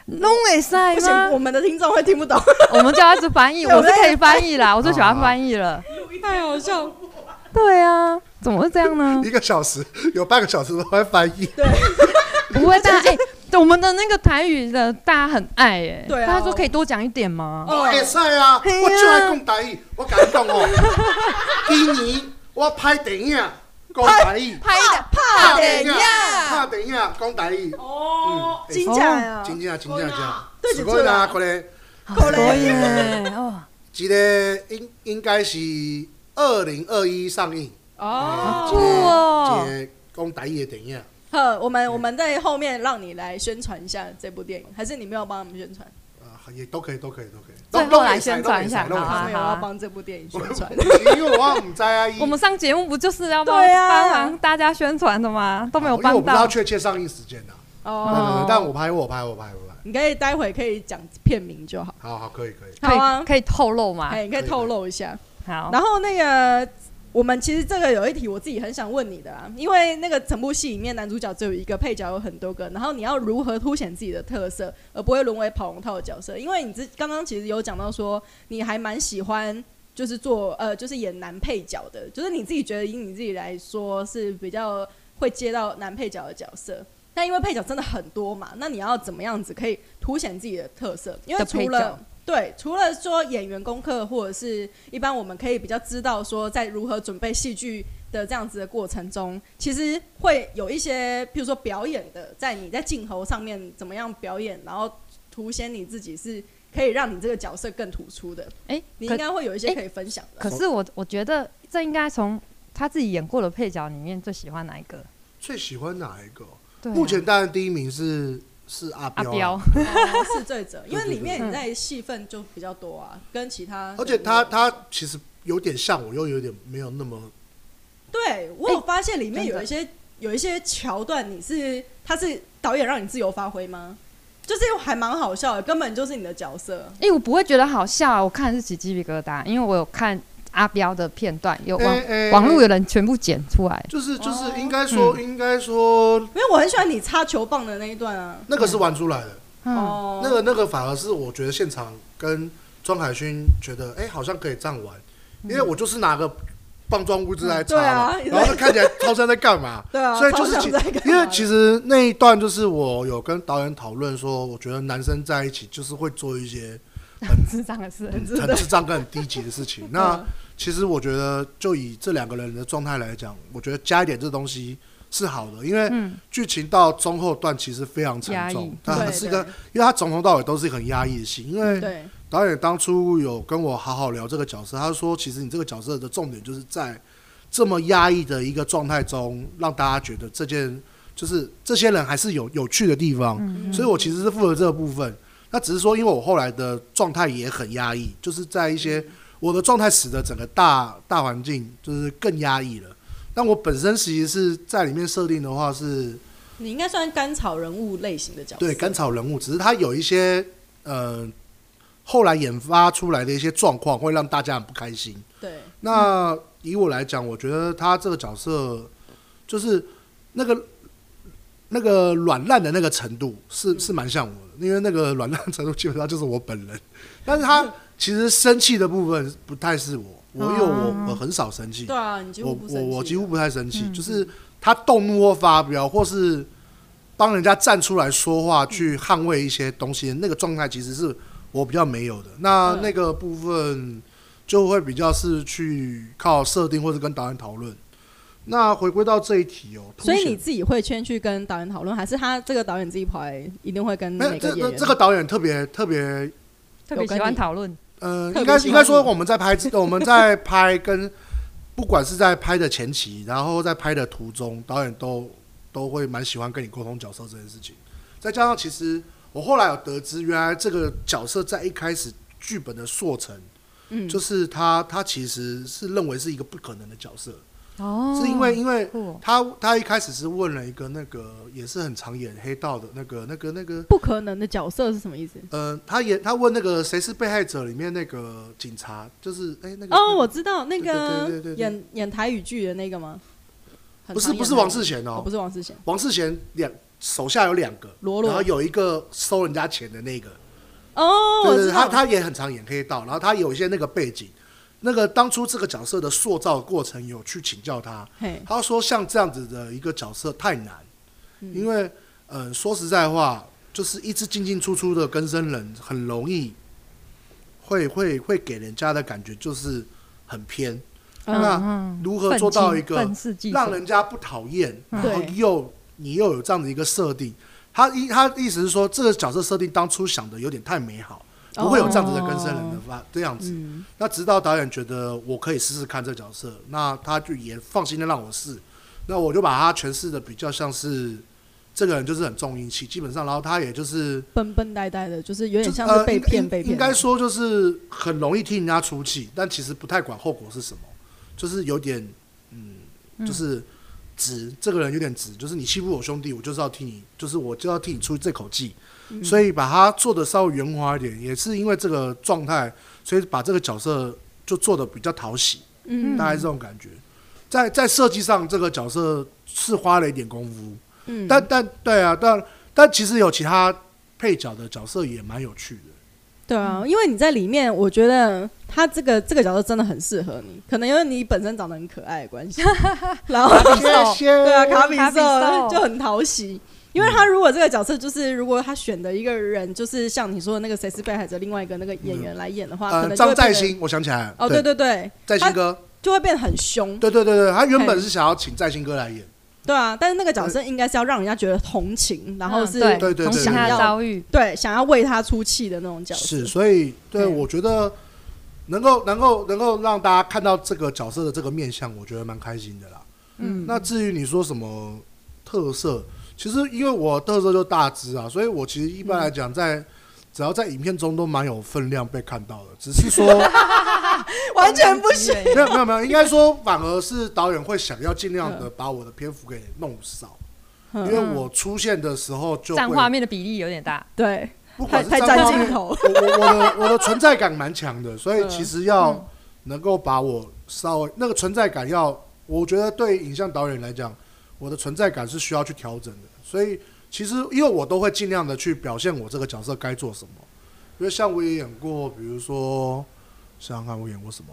[SPEAKER 2] 弄会塞
[SPEAKER 3] 不行，
[SPEAKER 2] 吗
[SPEAKER 3] 我？们的听众会听不懂，
[SPEAKER 2] 我们叫他去翻 译，
[SPEAKER 3] 对
[SPEAKER 2] 我是
[SPEAKER 3] 我在
[SPEAKER 2] 可以翻译 啦，我最喜欢翻译了。
[SPEAKER 3] 太好笑。
[SPEAKER 2] 对啊，怎么会这样 呢？
[SPEAKER 1] 一个小时 有半个小时都在翻译，
[SPEAKER 2] 不会大哎、我们的那个台语的大家很爱哎、
[SPEAKER 3] 对啊
[SPEAKER 2] 大家说可以多讲一点吗？
[SPEAKER 1] 我会使啊，
[SPEAKER 2] 嘿啊
[SPEAKER 1] 我就爱讲台语，我甲你讲哦， 今年我拍电影讲台语，
[SPEAKER 2] 拍的
[SPEAKER 1] 拍电影，拍电影讲台语，
[SPEAKER 6] 哦，
[SPEAKER 1] 会使
[SPEAKER 3] 真假呀？
[SPEAKER 1] 真正真正真正，
[SPEAKER 3] 对
[SPEAKER 1] 是
[SPEAKER 3] 是
[SPEAKER 1] 我
[SPEAKER 3] 做
[SPEAKER 1] 啦，
[SPEAKER 3] 啦
[SPEAKER 1] 可能
[SPEAKER 2] 可以哎、哦，
[SPEAKER 1] 一个应应该是二零二一上映，啊
[SPEAKER 3] 哦，
[SPEAKER 2] 酷哦
[SPEAKER 1] 一个讲台语的电影，
[SPEAKER 3] 呵，我们我们在后面让你来宣传一下这部电影，还是你没有帮我们宣传？
[SPEAKER 1] 啊，也都可以，都可以，都可以。
[SPEAKER 2] 最后来宣传一下
[SPEAKER 1] 都可以
[SPEAKER 2] 好
[SPEAKER 3] 他
[SPEAKER 2] 啊
[SPEAKER 3] 们有要帮这部电影宣传。
[SPEAKER 1] 因为我唔知啊，
[SPEAKER 2] 我们上节目不就是要帮
[SPEAKER 3] 对啊
[SPEAKER 2] 帮忙大家宣传的吗？都没有
[SPEAKER 1] 啊因为我
[SPEAKER 2] 帮
[SPEAKER 1] 不知道
[SPEAKER 2] 到。
[SPEAKER 1] 确切上映啊时间呐。对对
[SPEAKER 3] 哦
[SPEAKER 1] 对，，但我拍，我拍，我拍，我拍。
[SPEAKER 3] 你可以待会可以讲片名就好，
[SPEAKER 1] 好好，可以，可以。
[SPEAKER 2] 可
[SPEAKER 3] 好啊
[SPEAKER 2] 以可以透露吗？
[SPEAKER 3] 哎，你可以
[SPEAKER 1] 可以
[SPEAKER 3] 透露一下。
[SPEAKER 2] 好，
[SPEAKER 3] 然后那个，我们其实这个有一题我自己很想问你的啊，因为那个整部戏里面男主角只有一个，配角有很多个，然后你要如何凸显自己的特色，而不会沦为跑龙套的角色？因为你之刚刚其实有讲到说，你还蛮喜欢。就是做呃，就是演男配角的，就是你自己觉得以你自己来说是比较会接到男配角的角色，但因为配角真的很多嘛，那你要怎么样子可以凸显自己的特色？因为
[SPEAKER 2] 的配
[SPEAKER 3] 除
[SPEAKER 2] 角
[SPEAKER 3] 了对，除了说演员功课，或者是一般我们可以比较知道说在如何准备戏剧的这样子的过程中，其实会有一些，譬如说表演的，在你在镜头上面怎么样表演，然后凸显你自己是可以让你这个角色更突出的，
[SPEAKER 2] 哎、
[SPEAKER 3] 你
[SPEAKER 2] 可
[SPEAKER 3] 应该会有一些
[SPEAKER 2] 诶
[SPEAKER 3] 可以分享的。
[SPEAKER 2] 可是我我觉得这应该从他自己演过的配角里面最喜欢哪一个？
[SPEAKER 1] 最喜欢哪一个？
[SPEAKER 2] 对啊、
[SPEAKER 1] 目前当然第一名是是阿
[SPEAKER 2] 阿
[SPEAKER 1] 彪
[SPEAKER 2] 彪
[SPEAKER 1] 啊，，
[SPEAKER 3] 哦 是嗯罪者，因为里
[SPEAKER 2] 对对
[SPEAKER 3] 面
[SPEAKER 2] 对
[SPEAKER 3] 你在戏份就比较多啊，跟其他，
[SPEAKER 1] 而且他他其实有点像我，又有点没有那么
[SPEAKER 3] 对我有发现里面
[SPEAKER 2] 真的
[SPEAKER 3] 有一些有一些桥段，你是他是导演让你自由发挥吗？就是还蛮好笑的，根本就是你的角色。
[SPEAKER 2] 哎、我不会觉得好笑啊，我看的是起鸡皮疙瘩，因为我有看阿彪的片段，有网、
[SPEAKER 1] 诶诶
[SPEAKER 2] 网络有哦嗯人全部剪出来，
[SPEAKER 1] 就是就是应该说应该说
[SPEAKER 3] 因为我很喜欢你插球棒的那一段啊。
[SPEAKER 1] 那个是玩出来的。
[SPEAKER 2] 嗯，
[SPEAKER 3] 哦，
[SPEAKER 1] 那个那个反而是我觉得现场跟庄凯勋觉得，哎、好像可以这样玩，因为我就是拿个棒状物质来插
[SPEAKER 3] 对
[SPEAKER 1] 嘛，
[SPEAKER 3] 啊你在。
[SPEAKER 1] 然后就看起来超像在干嘛
[SPEAKER 3] 对啊，
[SPEAKER 1] 所以就是
[SPEAKER 3] 超
[SPEAKER 1] 其
[SPEAKER 3] 想在干嘛的
[SPEAKER 1] 因为其实那一段就是我有跟导演讨论说，我觉得男生在一起就是会做一些
[SPEAKER 2] 智障的事，
[SPEAKER 1] 很智障跟很低级的事
[SPEAKER 3] 嗯
[SPEAKER 1] 情。那其实我觉得，就以这两个人的状态来讲，我觉得加一点这东西是好的，因为
[SPEAKER 2] 嗯，
[SPEAKER 1] 剧情到中后段其实非常沉
[SPEAKER 2] 压
[SPEAKER 1] 重
[SPEAKER 2] 抑，
[SPEAKER 1] 它
[SPEAKER 3] 对
[SPEAKER 1] 是一个，因为它从头到尾都是一个很压抑的戏，因为
[SPEAKER 3] 对
[SPEAKER 1] 导演当初有跟我好好聊这个角色，他说其实你这个角色的重点就是在这么压抑的一个状态中，让大家觉得这件就是这些人还是有有趣的地方，所以我其实是负责这个部分。那只是说，因为我后来的状态也很压抑，就是在一些我的状态使得整个大大环境就是更压抑了。但我本身其实是在里面设定的话是
[SPEAKER 3] 你应该算甘草人物类型的角色。
[SPEAKER 1] 对甘草人物，只是他有一些呃后来研发出来的一些状况，会让大家很不开心。
[SPEAKER 3] 对，
[SPEAKER 1] 那以我来讲，我觉得他这个角色就是那个那个软烂的那个程度是是蛮像我的，因为那个软烂程度基本上就是我本人。但是他其实生气的部分不太是我，我因为我我很少生气
[SPEAKER 3] 对，啊，你几乎
[SPEAKER 1] 我
[SPEAKER 3] 不
[SPEAKER 1] 我
[SPEAKER 3] 生
[SPEAKER 1] 我
[SPEAKER 3] 气
[SPEAKER 1] 几
[SPEAKER 3] 啊，
[SPEAKER 1] 乎不太生气，就是他动怒或发飙，或是帮人家站出来说
[SPEAKER 3] 嗯
[SPEAKER 1] 话去捍卫一些东西，那个状态其实是我比较没有的。那
[SPEAKER 3] 嗯
[SPEAKER 1] 那个部分就会比较是去靠设定或者跟导演讨论。那回归到这一题哦，凸
[SPEAKER 3] 所以
[SPEAKER 1] 显
[SPEAKER 3] 你自己会先去跟导演讨论，还是他这个导演自己跑来一定会跟
[SPEAKER 1] 没有
[SPEAKER 3] 每
[SPEAKER 1] 这
[SPEAKER 3] 个演
[SPEAKER 1] 这
[SPEAKER 3] 员？
[SPEAKER 1] 这个导演特别特别
[SPEAKER 2] 特别喜欢讨论，
[SPEAKER 1] 呃，
[SPEAKER 3] 特别
[SPEAKER 1] 应该
[SPEAKER 3] 喜欢
[SPEAKER 1] 应该说
[SPEAKER 3] 你
[SPEAKER 1] 我们在拍之，我们在拍跟不管是在拍的前期，然后在拍的途中，导演都都会蛮喜欢跟你沟通角色这件事情。再加上，其实我后来有得知，原来这个角色在一开始剧本的塑成，
[SPEAKER 3] 嗯
[SPEAKER 1] 就是他他其实是认为是一个不可能的角色，
[SPEAKER 2] 哦
[SPEAKER 1] 是因为因为
[SPEAKER 2] 酷哦
[SPEAKER 1] 他他一开始是问了一个那个也是很常演黑道的那个那个那个
[SPEAKER 3] 不可能的角色是什么意思？
[SPEAKER 1] 呃，他也他问那个谁是被害者里面那个警察，就是哎、那个
[SPEAKER 3] 哦，我知道那
[SPEAKER 1] 对对对
[SPEAKER 3] 个
[SPEAKER 1] 对对对
[SPEAKER 3] 演演台语剧的那个吗？很
[SPEAKER 1] 不是
[SPEAKER 3] 常演
[SPEAKER 1] 不是
[SPEAKER 3] 台语
[SPEAKER 1] 王世贤
[SPEAKER 3] 哦，
[SPEAKER 1] 哦
[SPEAKER 3] 不，是王世贤，
[SPEAKER 1] 王世贤两手下有两个，
[SPEAKER 3] 罗
[SPEAKER 1] 然后
[SPEAKER 3] 罗
[SPEAKER 1] 有一个收人家钱的那个，
[SPEAKER 3] 哦，
[SPEAKER 1] 对
[SPEAKER 3] 我
[SPEAKER 1] 对，
[SPEAKER 3] 知
[SPEAKER 1] 对他
[SPEAKER 3] 道，
[SPEAKER 1] 他也很常演黑道，然后他有一些那个背景，那个当初这个角色的塑造过程有去请教他，
[SPEAKER 3] 嘿，
[SPEAKER 1] 他说像这样子的一个角色太难，
[SPEAKER 2] 嗯
[SPEAKER 1] 因为呃说实在话，就是一直进进出出的更生人很容易会会会给人家的感觉就是很偏，那
[SPEAKER 2] 嗯
[SPEAKER 1] 如何做到一个
[SPEAKER 2] 愤世嫉
[SPEAKER 1] 让
[SPEAKER 2] 俗？
[SPEAKER 1] 人家不讨厌，然
[SPEAKER 2] 嗯
[SPEAKER 1] 后
[SPEAKER 3] 对
[SPEAKER 1] 又你又有这样的一个设定。他意他意思是说，这个角色设定当初想的有点太美好，不会有这样子的跟生人的
[SPEAKER 3] 哦
[SPEAKER 1] 发这样子。
[SPEAKER 3] 嗯，
[SPEAKER 1] 那直到导演觉得我可以试试看这个角色，那他就也放心的让我试。那我就把他诠释的比较像是这个人就是很重义气，基本上，然后他也就是
[SPEAKER 3] 笨笨呆呆的，就是有
[SPEAKER 1] 就
[SPEAKER 3] 点像是被骗
[SPEAKER 1] 呃
[SPEAKER 3] 被
[SPEAKER 1] 应应
[SPEAKER 3] 骗
[SPEAKER 1] 应
[SPEAKER 3] 的，
[SPEAKER 1] 该说就是很容易替人家出气，但其实不太管后果是什么，就是有点嗯，就是直，这个人有点直，就是你欺负我兄弟，我就是要替你，就是我就要替你出这口气，
[SPEAKER 3] 嗯
[SPEAKER 1] 所以把他做的稍微圆滑一点，也是因为这个状态，所以把这个角色就做的比较讨喜，
[SPEAKER 3] 嗯
[SPEAKER 1] 大概是这种感觉。在在设计上，这个角色是花了一点功夫，
[SPEAKER 3] 嗯
[SPEAKER 1] 但但对啊，但但其实有其他配角的角色也蛮有趣的。
[SPEAKER 3] 对
[SPEAKER 1] 嗯
[SPEAKER 3] 啊，因为你在里面，我觉得他这个这个角色真的很适合你，可能因为你本身长得很可爱的 关系，然后
[SPEAKER 1] 谢谢。
[SPEAKER 3] 对啊，卡比
[SPEAKER 2] 嗯卡比
[SPEAKER 3] 兽
[SPEAKER 2] 兽
[SPEAKER 3] 就很讨喜。因为他如果这个角色就是，如果他选的一个人就是像你说的那个谁是被害者，另外一个那个演员来演的话，可
[SPEAKER 1] 呃，
[SPEAKER 3] 能就会
[SPEAKER 1] 张在
[SPEAKER 3] 变得
[SPEAKER 1] 兴，我想起来了。
[SPEAKER 3] 哦，对，对对，
[SPEAKER 1] 在
[SPEAKER 3] 他
[SPEAKER 1] 兴哥，
[SPEAKER 3] 就会变得很凶，
[SPEAKER 1] 对对对对，他原本是想要请在兴哥来演，
[SPEAKER 3] 对啊。但是那个角色应该是要让人家觉得同情，然后是
[SPEAKER 2] 对
[SPEAKER 1] 嗯对对
[SPEAKER 2] 同
[SPEAKER 1] 对
[SPEAKER 2] 情他
[SPEAKER 1] 对
[SPEAKER 2] 的遭遇，
[SPEAKER 3] 对想要为他出气的那种角色。
[SPEAKER 1] 是，所以对
[SPEAKER 3] 对
[SPEAKER 1] 我觉得能够能够能够让大家看到这个角色的这个面相，我觉得蛮开心的啦。
[SPEAKER 2] 嗯，
[SPEAKER 1] 那至于你说什么特色，其实因为我特色就大只啊，所以我其实一般来讲在。只要在影片中都蛮有分量被看到的，只是说
[SPEAKER 3] 完全不行。
[SPEAKER 1] 没有没有没有，应该说反而是导演会想要尽量的
[SPEAKER 2] 嗯
[SPEAKER 1] 把我的篇幅给弄少，因为我出现的时候就
[SPEAKER 2] 占画
[SPEAKER 1] 会
[SPEAKER 2] 面的比例有点大，
[SPEAKER 3] 对，
[SPEAKER 1] 不
[SPEAKER 3] 太
[SPEAKER 1] 管是
[SPEAKER 3] 太
[SPEAKER 1] 站
[SPEAKER 3] 占
[SPEAKER 1] 画
[SPEAKER 3] 镜
[SPEAKER 1] 面
[SPEAKER 3] 头。
[SPEAKER 1] 我我我 的我的存在感蛮强的，所以
[SPEAKER 3] 嗯
[SPEAKER 1] 其实要能够把我稍微那个存在感要，我觉得对影像导演来讲，我的存在感是需要去调整的。所以其实因为我都会尽量的去表现我这个角色该做什么，因为像我也演过，比如说想想看我演过什么，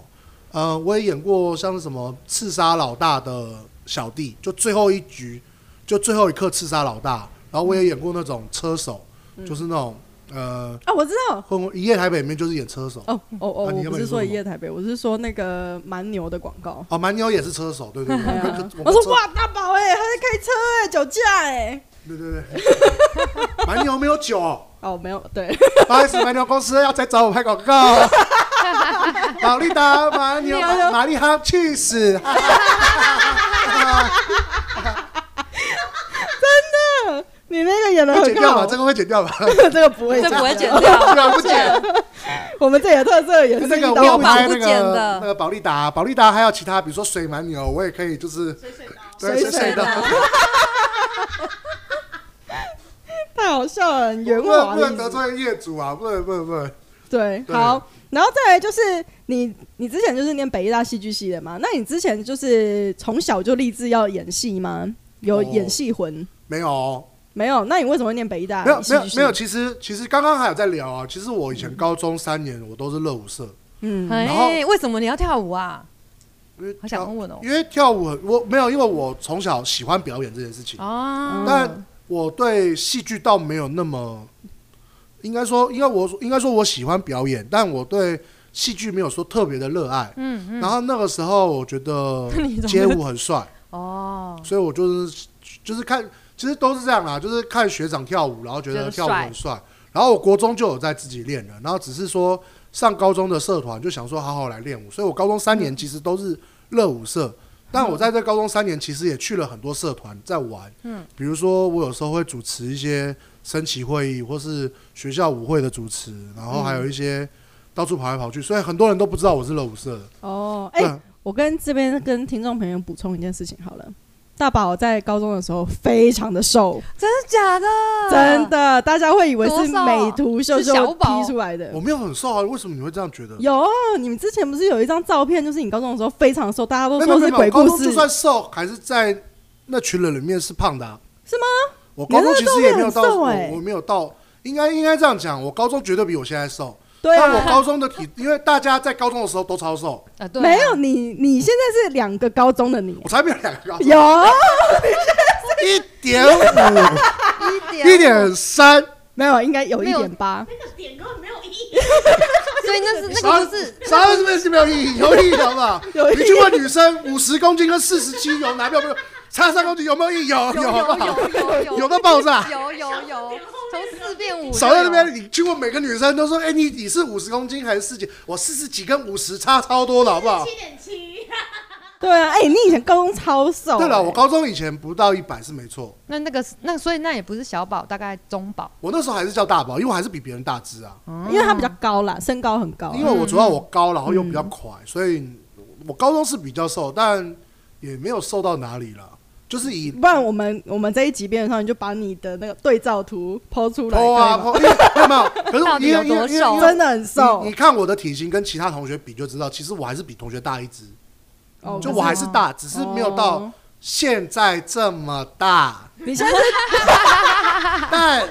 [SPEAKER 1] 呃，我也演过像是什么刺杀老大的小弟，就最后一局，就最后一刻刺杀老大，然后我也演过那种车手，就是那种呃。
[SPEAKER 3] 啊，我知道。
[SPEAKER 1] 混混一夜台北里面就是演车手，
[SPEAKER 3] 哦哦哦，
[SPEAKER 1] 啊你
[SPEAKER 3] 我
[SPEAKER 1] 要不然
[SPEAKER 3] 不
[SPEAKER 1] 你说
[SPEAKER 3] 是说
[SPEAKER 1] 什么
[SPEAKER 3] 一夜台北，我是说那个蛮牛的广告。
[SPEAKER 1] 哦，蛮牛也是车手，对对对，
[SPEAKER 3] 对
[SPEAKER 1] 我
[SPEAKER 3] 啊
[SPEAKER 1] 跟
[SPEAKER 3] 我说
[SPEAKER 1] 跟
[SPEAKER 3] 哇，大宝哎、他在开车哎、酒驾哎、
[SPEAKER 1] 对对对， 蛮牛没有酒，
[SPEAKER 3] 哦，没有，对，
[SPEAKER 1] 不好意思，蛮牛公司要再找我拍广告，玛丽达蛮牛玛丽哈去死，
[SPEAKER 3] 你那个演的
[SPEAKER 1] 会
[SPEAKER 3] 很
[SPEAKER 1] 剪掉
[SPEAKER 3] 好
[SPEAKER 1] 吧，，这个会剪掉吧，
[SPEAKER 3] 这 个这个不会
[SPEAKER 5] 这
[SPEAKER 3] 讲
[SPEAKER 5] 不会剪掉。
[SPEAKER 1] 不然不剪。
[SPEAKER 3] 我们这也特色也是
[SPEAKER 1] 那个
[SPEAKER 3] 一
[SPEAKER 1] 我
[SPEAKER 3] 刀
[SPEAKER 1] 有
[SPEAKER 3] 不
[SPEAKER 5] 保
[SPEAKER 1] 拍
[SPEAKER 5] 不
[SPEAKER 1] 那
[SPEAKER 5] 剪
[SPEAKER 1] 个
[SPEAKER 5] 的
[SPEAKER 1] 那个保利达，保利达还有其他，比如说水蛮牛，我也可以就是
[SPEAKER 6] 水水刀。
[SPEAKER 1] 对水
[SPEAKER 3] 水水
[SPEAKER 1] 的，
[SPEAKER 3] 太好笑了，很圆
[SPEAKER 1] 不能
[SPEAKER 3] 滑
[SPEAKER 1] 不
[SPEAKER 3] 的
[SPEAKER 1] 能
[SPEAKER 3] 意
[SPEAKER 1] 得
[SPEAKER 3] 思。
[SPEAKER 1] 罪业主啊，不能不能不能，
[SPEAKER 3] 对，
[SPEAKER 1] 对
[SPEAKER 3] 好，然后再来就是你，你之前就是念北艺大戏剧系的嘛？那你之前就是从小就立志要演戏吗？有
[SPEAKER 1] 哦
[SPEAKER 3] 演戏魂、
[SPEAKER 1] 没有哦，
[SPEAKER 3] 没有？那你为什么会念北艺
[SPEAKER 2] 啊
[SPEAKER 3] 大
[SPEAKER 1] 没有没
[SPEAKER 3] 戏
[SPEAKER 1] 有
[SPEAKER 3] 剧系？
[SPEAKER 1] 没有，其实其实刚刚还有在聊啊，其实我以前高中三年我都是热舞社，
[SPEAKER 3] 嗯，
[SPEAKER 1] 然后
[SPEAKER 2] 哎，为什么你要跳舞啊？
[SPEAKER 1] 因为
[SPEAKER 2] 好
[SPEAKER 1] 跳
[SPEAKER 2] 想问哦。
[SPEAKER 1] 因为跳舞很我没有，因为我从小喜欢表演这件事情，
[SPEAKER 2] 哦，
[SPEAKER 1] 但我对戏剧倒没有那么，应该说，应该我应该说我喜欢表演，但我对戏剧没有说特别的热爱。
[SPEAKER 2] 嗯嗯，
[SPEAKER 1] 然后那个时候我觉 得
[SPEAKER 2] 你怎么
[SPEAKER 1] 街舞很帅，
[SPEAKER 2] 哦，
[SPEAKER 1] 所以我就是就是看，其实都是这样啦，就是看学长跳舞，然后觉
[SPEAKER 2] 觉
[SPEAKER 1] 得
[SPEAKER 2] 得
[SPEAKER 1] 跳舞很帅。然后我国中就有在自己练了，然后只是说上高中的社团就想说好好来练舞，所以我高中三年其实都是热舞社。但我在这高中三年其实也去了很多社团在玩，
[SPEAKER 2] 嗯
[SPEAKER 1] 嗯，比如说我有时候会主持一些升旗会议或是学校舞会的主持，然后还有一些到处跑来跑去，所以很多人都不知道我是热舞社的。
[SPEAKER 3] 哦，哎、
[SPEAKER 1] 嗯
[SPEAKER 3] 我跟这边跟听众朋友补充一件事情好了。大宝在高中的时候非常的瘦，
[SPEAKER 2] 真的假的？
[SPEAKER 3] 真的，大家会以为
[SPEAKER 2] 多
[SPEAKER 3] 是
[SPEAKER 2] 瘦
[SPEAKER 3] 美图秀
[SPEAKER 2] 是
[SPEAKER 3] 秀
[SPEAKER 2] 小宝
[SPEAKER 3] P 出来的
[SPEAKER 1] 我。没有很瘦啊，为什么你会这样觉得？
[SPEAKER 3] 有，你们之前不是有一张照片，就是你高中的时候非常瘦，大家都
[SPEAKER 1] 没有
[SPEAKER 3] 说
[SPEAKER 1] 没
[SPEAKER 3] 是
[SPEAKER 1] 有没
[SPEAKER 3] 鬼
[SPEAKER 1] 有，高
[SPEAKER 3] 故
[SPEAKER 1] 中
[SPEAKER 3] 事
[SPEAKER 1] 就，算瘦，还是在那群人里面是胖的、啊，
[SPEAKER 3] 是吗？
[SPEAKER 1] 我高中其实也没有到，
[SPEAKER 3] 你那时候
[SPEAKER 1] 我
[SPEAKER 3] 很瘦欸
[SPEAKER 1] 我没有到，应该应该这样讲，我高中绝对比我现在瘦。
[SPEAKER 3] 对
[SPEAKER 1] 但我
[SPEAKER 3] 啊，
[SPEAKER 1] 高中的体，因为大家在高中的时候都超瘦，
[SPEAKER 2] 啊，对啊，
[SPEAKER 3] 没有你，你现在是两个高中的你，
[SPEAKER 1] 我才没有两 个高，
[SPEAKER 3] 有
[SPEAKER 1] 一点五、
[SPEAKER 5] 一点
[SPEAKER 1] 一点三，
[SPEAKER 3] 没有？应该有一
[SPEAKER 2] 没有
[SPEAKER 3] 点八，
[SPEAKER 6] 那个点根本没有意义。
[SPEAKER 2] 所以那是那
[SPEAKER 1] 啥
[SPEAKER 2] 个不是
[SPEAKER 1] 啥是没是没有意义，有意义好不好？
[SPEAKER 3] 有
[SPEAKER 1] 你去问女生五十公斤跟四十七有哪没有没有差三公斤有没有意义？有
[SPEAKER 2] 有
[SPEAKER 1] 好不
[SPEAKER 2] 有
[SPEAKER 1] 好？
[SPEAKER 2] 有有
[SPEAKER 1] 有到爆炸
[SPEAKER 2] 有有有，从四变五，
[SPEAKER 1] 少在那边，你去问每个女生都说，哎、你你是五十公斤还是四几？我四十几跟五十差超多的好不好？
[SPEAKER 6] 七点七，
[SPEAKER 3] 对啊，哎，你以前高中超瘦，
[SPEAKER 1] 对了，我
[SPEAKER 3] 哎
[SPEAKER 1] 高中以前不到一百是没错，
[SPEAKER 2] 那那个是那所以那也不是小宝，大概中宝。
[SPEAKER 1] 我那时候还是叫大宝，因为我还是比别人大只啊。
[SPEAKER 3] 因为他比较高啦，身高很高，
[SPEAKER 1] 因为我主要我高，然后又比较快，所以我高中是比较瘦，但也没有瘦到哪里了，就是以
[SPEAKER 3] 不然我们我们这一集变成上，你就把你的那个对照图抛出来，
[SPEAKER 1] 剖啊
[SPEAKER 3] 可以吗
[SPEAKER 1] 剖，因为没有没有，可是
[SPEAKER 2] 到
[SPEAKER 1] 我
[SPEAKER 2] 底
[SPEAKER 1] 因
[SPEAKER 2] 有
[SPEAKER 1] 为因为
[SPEAKER 2] 多
[SPEAKER 1] 因
[SPEAKER 2] 瘦
[SPEAKER 1] 为因为
[SPEAKER 3] 真的很瘦
[SPEAKER 1] 你你看我的体型跟其他同学比就知道，其实我还是比同学大一只，
[SPEAKER 3] 哦
[SPEAKER 1] 就我还是大，只是没有到
[SPEAKER 3] 哦
[SPEAKER 1] 现在这么大，
[SPEAKER 3] 你现在是
[SPEAKER 1] 但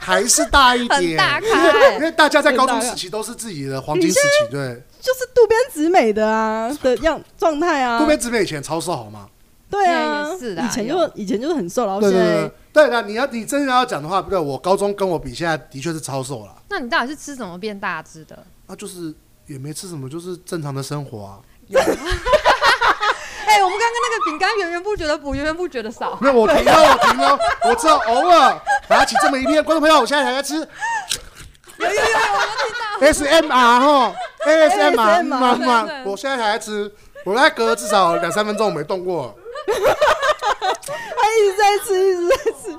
[SPEAKER 1] 还是大一点，
[SPEAKER 2] 很大欸
[SPEAKER 1] 因为
[SPEAKER 2] 开
[SPEAKER 1] 因为大家在高中
[SPEAKER 3] 很大
[SPEAKER 1] 时期都是自己的黄金时期，对，
[SPEAKER 3] 就是渡边直美 的啊的样状态啊，
[SPEAKER 1] 渡边直美以前超瘦好吗？
[SPEAKER 3] 对啊，
[SPEAKER 2] 对也是啦
[SPEAKER 3] 以前
[SPEAKER 2] 有
[SPEAKER 3] 就以前就是很瘦，然后
[SPEAKER 1] 对
[SPEAKER 3] 现
[SPEAKER 1] 对
[SPEAKER 3] 在
[SPEAKER 1] 对，对的，你要你真的要讲的话，不对，我高中跟我比，现在的确是超瘦了，
[SPEAKER 2] 那你到底是吃什么变大只的？
[SPEAKER 1] 那就是也没吃什么，就是正常的生活啊。
[SPEAKER 2] 哎，我们刚刚那个饼干源源不绝的补，源源不绝的少。
[SPEAKER 1] 没有，我停了，我停了，我只有偶尔拿起这么一片。观众朋友，我现在还在吃
[SPEAKER 2] 有有有有，我都听到。哎
[SPEAKER 1] SMR 哈
[SPEAKER 3] ASMR
[SPEAKER 1] ，ASMR 嘛嘛
[SPEAKER 2] 对，对
[SPEAKER 1] 我现在还在吃，我大概隔了至少两三分钟我没动过。
[SPEAKER 3] 他哎一直在吃，一直在吃。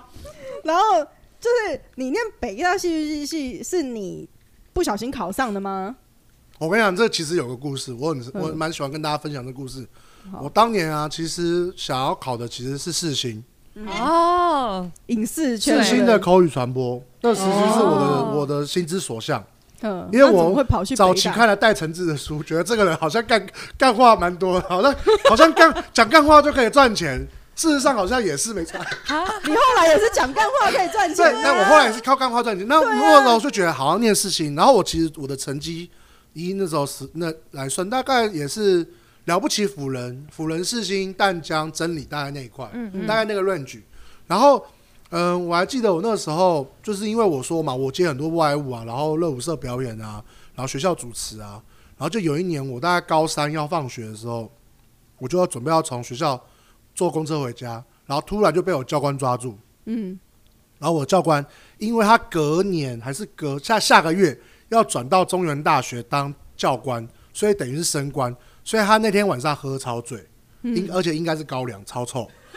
[SPEAKER 3] 然后就是你念北大戏剧系，是你不小心考上的吗？
[SPEAKER 1] 我跟你讲，这其实有个故事，我很
[SPEAKER 3] 嗯
[SPEAKER 1] 我蛮喜欢跟大家分享的故事。我当年啊，其实想要考的其实是世新，
[SPEAKER 2] 哦，
[SPEAKER 3] 影视圈
[SPEAKER 1] 世
[SPEAKER 3] 的
[SPEAKER 1] 新的口语传播，那其实是我的、
[SPEAKER 2] 哦
[SPEAKER 1] 我的心之所向。
[SPEAKER 3] 嗯，
[SPEAKER 1] 因为
[SPEAKER 3] 那怎么
[SPEAKER 1] 我
[SPEAKER 3] 会跑去北大
[SPEAKER 1] 早期看了戴承志的书，觉得这个人好像干 干话蛮多的，好像好像干讲干话就可以赚钱。事实上好像也是没差，
[SPEAKER 3] 你后来也是讲干话可以赚钱
[SPEAKER 1] 对。
[SPEAKER 3] 啊。
[SPEAKER 1] 那我后 来也是靠干话赚钱。那我那时候就觉得好像念事情，然后我其实我的成绩，以那时候是那来算，大概也是了不起辅仁、辅仁世新、淡江、真理，大概那一块，
[SPEAKER 3] 嗯
[SPEAKER 1] 大概那个 range。然后，嗯、我还记得我那时候就是因为我说嘛，我接很多外务啊，然后热舞社表演啊，然后学校主持啊，然后就有一年我大概高三要放学的时候，我就要准备要从学校坐公车回家，然后突然就被我教官抓住，
[SPEAKER 3] 嗯，
[SPEAKER 1] 然后我教官，因为他隔年还是隔下下个月要转到中原大学当教官，所以等于是升官，所以他那天晚上喝超醉，
[SPEAKER 2] 嗯
[SPEAKER 1] 应、而且应该是高粱，超臭，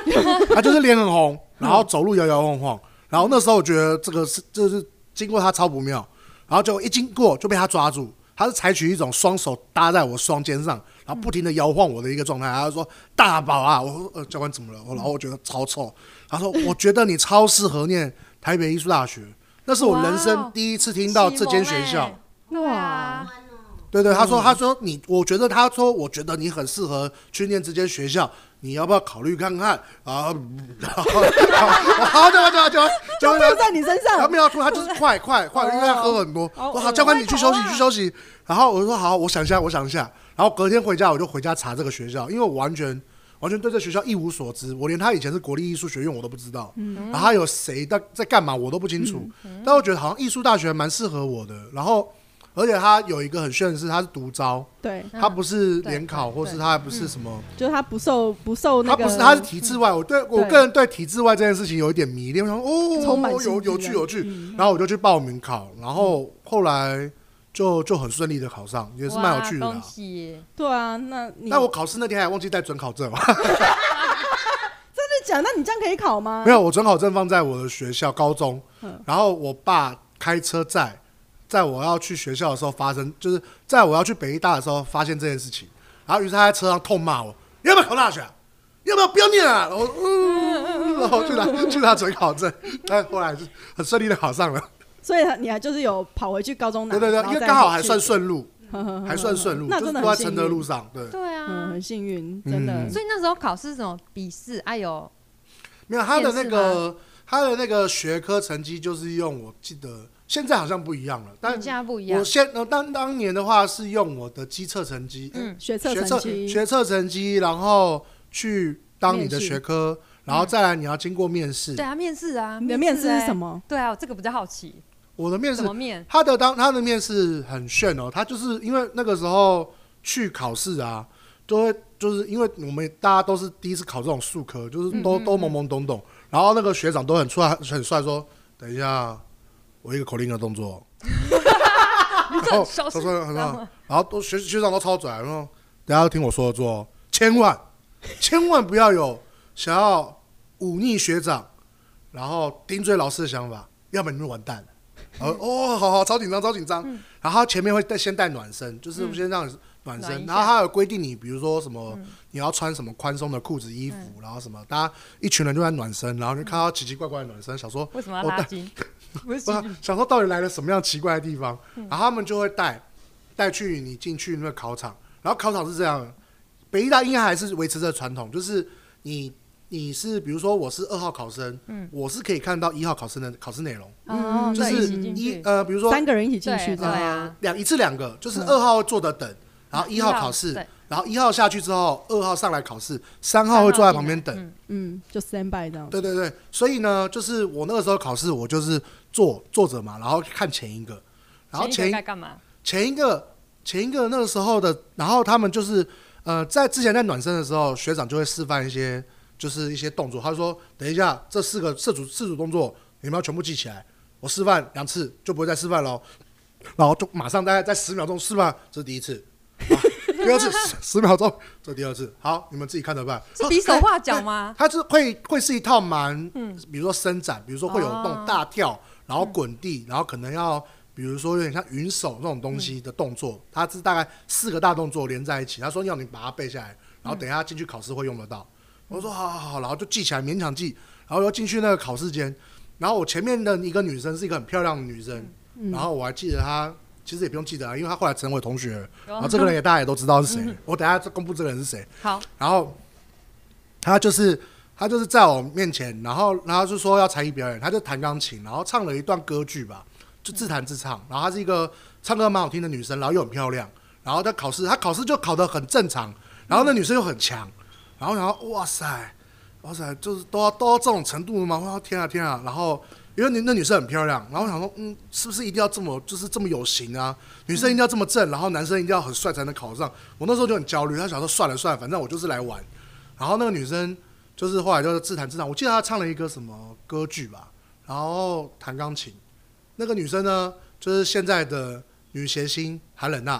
[SPEAKER 1] 他就是脸很红，然后走路摇摇晃晃，然后那时候我觉得这个是就是经过他超不妙，然后结果一经过就被他抓住。他是采取一种双手搭在我双肩上，然后不停的摇晃我的一个状态。他就说：“大宝啊，我说呃教官怎么了？”我然后我觉得超臭。他说：“我觉得你超适合念台北艺术大学，那是我人
[SPEAKER 2] 哇哦
[SPEAKER 1] 生第一次听到这间学校。
[SPEAKER 2] 启蒙欸，对啊
[SPEAKER 6] 哦
[SPEAKER 1] 对对，他说，他说你，我觉得他说，我觉得你很适合去念这间学校，你要不要考虑看看啊？嗯然后，然后，然后就就就就
[SPEAKER 3] 都背在你身
[SPEAKER 1] 他
[SPEAKER 3] 上，
[SPEAKER 1] 没有说他就是快快快，因为他喝很多。
[SPEAKER 3] 好
[SPEAKER 1] 我
[SPEAKER 3] 恶
[SPEAKER 1] 好，教官
[SPEAKER 3] 快
[SPEAKER 1] 你去休息，
[SPEAKER 3] 跑
[SPEAKER 1] 你
[SPEAKER 3] 啊
[SPEAKER 1] 去休息。然后我说好，我想一下，我想一下。然后隔天回家，我就回家查这个学校，因为我完全完全对这学校一无所知，我连他以前是国立艺术学院我都不知道，然后他有谁在在干嘛我都不清楚。但我觉得好像艺术大学蛮适合我的，然后而且他有一个很炫的是，他是独招，
[SPEAKER 3] 对，
[SPEAKER 1] 他不是联考，
[SPEAKER 2] 对
[SPEAKER 1] 或是他还不是什么。
[SPEAKER 3] 就是他不受不受那
[SPEAKER 1] 他
[SPEAKER 3] 个，嗯
[SPEAKER 1] 不是，他是体制外。我对我
[SPEAKER 3] 对
[SPEAKER 1] 个人对体制外这件事情有一点迷恋，我想哦，
[SPEAKER 3] 充满嗯
[SPEAKER 1] 有
[SPEAKER 3] 兴
[SPEAKER 1] 有
[SPEAKER 3] 趣
[SPEAKER 1] 有
[SPEAKER 3] 的
[SPEAKER 1] 趣有趣。然后我就去报名考，然
[SPEAKER 3] 嗯
[SPEAKER 1] 后后来就就很顺利的考上，也是蛮有趣的
[SPEAKER 2] 哇
[SPEAKER 1] 啦
[SPEAKER 2] 恭。喜！
[SPEAKER 3] 对啊，那你
[SPEAKER 1] 但我考试那天还忘记带准考证了，
[SPEAKER 3] 真的讲，那你这样可以考吗？
[SPEAKER 1] 没有，我准考证放在我的学校高中
[SPEAKER 3] 嗯，
[SPEAKER 1] 然后我爸开车载，在我要去学校的时候发生，就是在我要去北医大的时候发现这件事情，然后于是他在车上痛骂我：“你要不要考大学啊、要不要不要念啊？”我嗯， 然后去拿去拿准考证，但后来是很顺利的考上了。
[SPEAKER 3] 所以你还就是有跑回去高中拿，
[SPEAKER 1] 对对对
[SPEAKER 3] 然，后
[SPEAKER 1] 因为
[SPEAKER 3] 再
[SPEAKER 1] 刚好还
[SPEAKER 3] 去
[SPEAKER 1] 算，顺路，
[SPEAKER 3] 呵呵 呵
[SPEAKER 1] 还算顺路，
[SPEAKER 3] 那
[SPEAKER 1] 就是
[SPEAKER 3] 真的
[SPEAKER 1] 都
[SPEAKER 3] 很
[SPEAKER 1] 在
[SPEAKER 3] 幸
[SPEAKER 1] 承德
[SPEAKER 3] 运
[SPEAKER 1] 路上。对，
[SPEAKER 2] 对
[SPEAKER 3] 嗯，
[SPEAKER 2] 啊，
[SPEAKER 3] 很幸运，真的
[SPEAKER 1] 嗯。
[SPEAKER 2] 所以那时候考试是什么笔试？哎呦，
[SPEAKER 1] 没有他的那
[SPEAKER 3] 啊
[SPEAKER 2] 面
[SPEAKER 1] 个他的那个学科成绩就是用我记得现在好像不一样了，但
[SPEAKER 2] 评价不一样
[SPEAKER 1] 我。现呃当当年的话是用我的基测成绩，
[SPEAKER 2] 嗯
[SPEAKER 3] 学测
[SPEAKER 1] 学
[SPEAKER 3] 成
[SPEAKER 1] 测
[SPEAKER 3] 绩，
[SPEAKER 1] 学测成绩，然后去当你的
[SPEAKER 3] 面试
[SPEAKER 1] 学科，然后再来你要经过面试
[SPEAKER 2] 嗯对。啊，面试啊，
[SPEAKER 3] 你的面试是
[SPEAKER 2] 欸
[SPEAKER 3] 什？么？
[SPEAKER 2] 对啊，我这个比较好奇，
[SPEAKER 1] 我的面试
[SPEAKER 2] 怎么面？
[SPEAKER 1] 他的当他的面试很炫哦，他就是因为那个时候去考试啊，都会就是因为我们大家都是第一次考这种数科，就是都、
[SPEAKER 2] 嗯
[SPEAKER 1] 都懵懵懂懂，然后那个学长都很帅很帅说，等一下，我有一个口令的动作，
[SPEAKER 2] 你这
[SPEAKER 1] 然后
[SPEAKER 2] 很熟
[SPEAKER 1] 他
[SPEAKER 2] 悉，
[SPEAKER 1] 说很
[SPEAKER 2] 知道
[SPEAKER 1] 好
[SPEAKER 2] 吗，
[SPEAKER 1] 然后都学学长都超拽，然后大家要听我说的做哦，千万千万不要有想要忤逆学长，然后顶嘴老师的想法，要不然你们完蛋 了。然后哦，好好，超紧张，超紧张。
[SPEAKER 2] 嗯
[SPEAKER 1] 然后他前面会带先带暖身，就是先让你暖身，
[SPEAKER 2] 暖一下嗯
[SPEAKER 1] 然后他有规定你，比如说什么、你要穿什么宽松的裤子、衣服，然后什么，大家一群人就在暖身，然后就看到奇奇怪怪的暖身，想说
[SPEAKER 2] 为什么要
[SPEAKER 1] 我
[SPEAKER 2] 拉
[SPEAKER 1] 带
[SPEAKER 2] 筋？ 不是
[SPEAKER 1] 不，是想说到底来了什么样奇怪的地方，
[SPEAKER 2] 嗯
[SPEAKER 1] 然后他们就会带带去你进去那个考场，然后考场是这样的，北医大应该还是维持着传统，就是你你是比如说我是二号考生，
[SPEAKER 2] 嗯
[SPEAKER 1] 我是可以看到一号考生的考试内容，
[SPEAKER 2] 哦，
[SPEAKER 1] 嗯就
[SPEAKER 2] 对
[SPEAKER 1] 是
[SPEAKER 2] 一起进
[SPEAKER 1] 一
[SPEAKER 2] 去，
[SPEAKER 1] 呃，比如说
[SPEAKER 3] 三个人一起进去
[SPEAKER 2] 对
[SPEAKER 3] 的，
[SPEAKER 1] 呃
[SPEAKER 2] 啊嗯
[SPEAKER 1] 两一次两个，就是二号坐的等，然后一号考试，
[SPEAKER 2] 对
[SPEAKER 1] 然后一号下去之后，二号上来考试，三号会坐在旁边等。
[SPEAKER 2] 嗯
[SPEAKER 3] 嗯，就 stand by 这样。
[SPEAKER 1] 对对对，所以呢，就是我那个时候考试，我就是坐坐着嘛，然后看前一个，然后前
[SPEAKER 2] 前一
[SPEAKER 1] 一
[SPEAKER 2] 个该干嘛？
[SPEAKER 1] 前一个前一个那个时候的，然后他们就是呃，在之前在暖身的时候，学长就会示范一些就是一些动作。他说：“等一下，这四个四组四组动作你们要全部记起来，我示范两次就不会再示范喽。”然后就马上大概在十秒钟示范，这是第一次。好第二次十十秒钟，这第二次，好，你们自己看着办。
[SPEAKER 2] 是比手画脚吗？
[SPEAKER 1] 它是会会是一套蛮，比如说伸展，比如说会有那种大跳，然后滚地，然后可能要，比如说有点像云手那种东西的动作，它是大概四个大动作连在一起。他说要你把它背下来，然后等一下进去考试会用得到。我说好好好，然后就记起来，勉强记，然后又进去那个考试间，然后我前面的一个女生是一个很漂亮的女生，然后我还记得她。其实也不用记得啊，因为她后来成为同学了，然后这个人也大家也都知道是谁。我等一下公布这个人是谁，
[SPEAKER 2] 好，
[SPEAKER 1] 然后他就是他就是在我面前，然后然后就说要才艺表演，他就弹钢琴，然后唱了一段歌剧吧，就自弹自唱。然后她是一个唱歌蛮好听的女生，然后又很漂亮，然后她考试，她考试就考得很正常，然后那女生又很强，然后然后哇塞，哇塞，就是都要都要这种程度了吗？我说天啊天啊！然后因为那那女生很漂亮，然后我想说，嗯，是不是一定要这么就是这么有型啊？女生一定要这么正，然后男生一定要很帅才能考上。我那时候就很焦虑，他想说算了算了，反正我就是来玩。然后那个女生就是后来就是自弹自唱，我记得她唱了一个什么歌剧吧，然后弹钢琴。那个女生呢，就是现在的女谐星韩冷娜，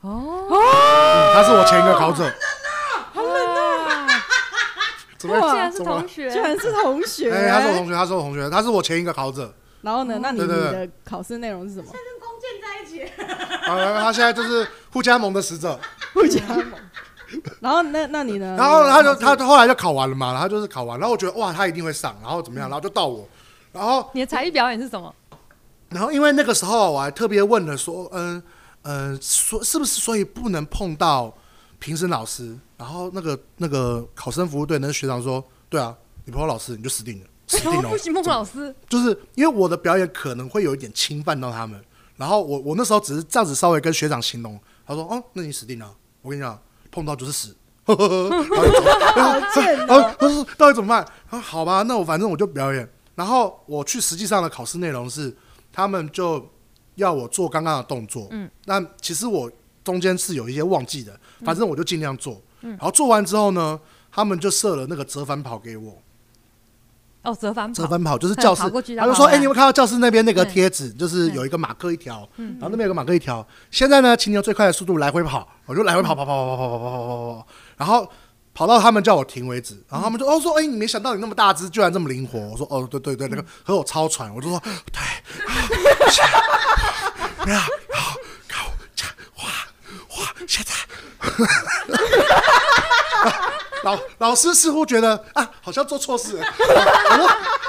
[SPEAKER 2] 哦，
[SPEAKER 1] 嗯她是我前一个考者，怎么样
[SPEAKER 2] 竟啊然是
[SPEAKER 1] 怎么
[SPEAKER 2] 同
[SPEAKER 1] 样？
[SPEAKER 2] 学
[SPEAKER 3] 居，然是同 学，
[SPEAKER 1] 哎，她是我同学，她是我同学，她是我前一个考者。
[SPEAKER 3] 然后呢？那你
[SPEAKER 1] 对
[SPEAKER 3] 你
[SPEAKER 1] 对对
[SPEAKER 3] 的考试内容是什么？
[SPEAKER 6] 跟弓箭在一起，
[SPEAKER 1] 好，他现在就是互加盟的使者。
[SPEAKER 3] 不加盟。然后那那你呢？
[SPEAKER 1] 然后他
[SPEAKER 3] 你
[SPEAKER 1] 就
[SPEAKER 3] 的
[SPEAKER 1] 他
[SPEAKER 3] 考试
[SPEAKER 1] 后来就考完了嘛，然后就是考完，然后我觉得哇，他一定会上，然后怎么样，然后就到我，然后
[SPEAKER 2] 你的才艺表演是什么？
[SPEAKER 1] 然后因为那个时候我还特别问了说，嗯呃，所是不是所以不能碰到评审老师？然后那个那个考生服务队那个学长说，对啊，你碰到老师 你就死定了，死定
[SPEAKER 7] 然
[SPEAKER 1] 了
[SPEAKER 7] 后
[SPEAKER 2] 哦
[SPEAKER 7] 不，行，孟老师，
[SPEAKER 1] 就是因为我的表演可能会有一点侵犯到他们，然后我我那时候只是这样子稍微跟学长形容，他说哦，那你死定了，我跟你讲，碰到就是死。呵呵呵然后就走
[SPEAKER 3] 好贱
[SPEAKER 1] 然后
[SPEAKER 3] 哦！
[SPEAKER 1] 他说到底怎么办？他说好吧，那我反正我就表演。然后我去实际上的考试内容是，他们就要我做刚刚的动作。嗯，那其实我中间是有一些忘记的，反正我就尽量做。嗯，然后做完之后呢，他们就设了那个折返跑给我。
[SPEAKER 2] 哦，折返
[SPEAKER 1] 折
[SPEAKER 2] 跑，
[SPEAKER 1] 返跑就是教室
[SPEAKER 2] 嗯跑过去，
[SPEAKER 1] 他
[SPEAKER 2] 然
[SPEAKER 1] 就
[SPEAKER 2] 后
[SPEAKER 1] 说：“哎、
[SPEAKER 2] 跑
[SPEAKER 1] 你们看到教室那边那个贴纸，就是
[SPEAKER 2] 嗯
[SPEAKER 1] 有一个马克一条，然后那边有个马克一条。现在呢，请你用最快的速度来回跑，我就来回跑跑跑跑跑跑跑跑跑跑跑，然后跑到他们叫我停为止。然后他们就哦说：哎、你没想到你那么大只，居然这么灵活。我说：哦，对对对，那个和我超喘。我就说：对，没有，然后看我这样哇哇，现在。”老老师似乎觉得啊，好像做错事了，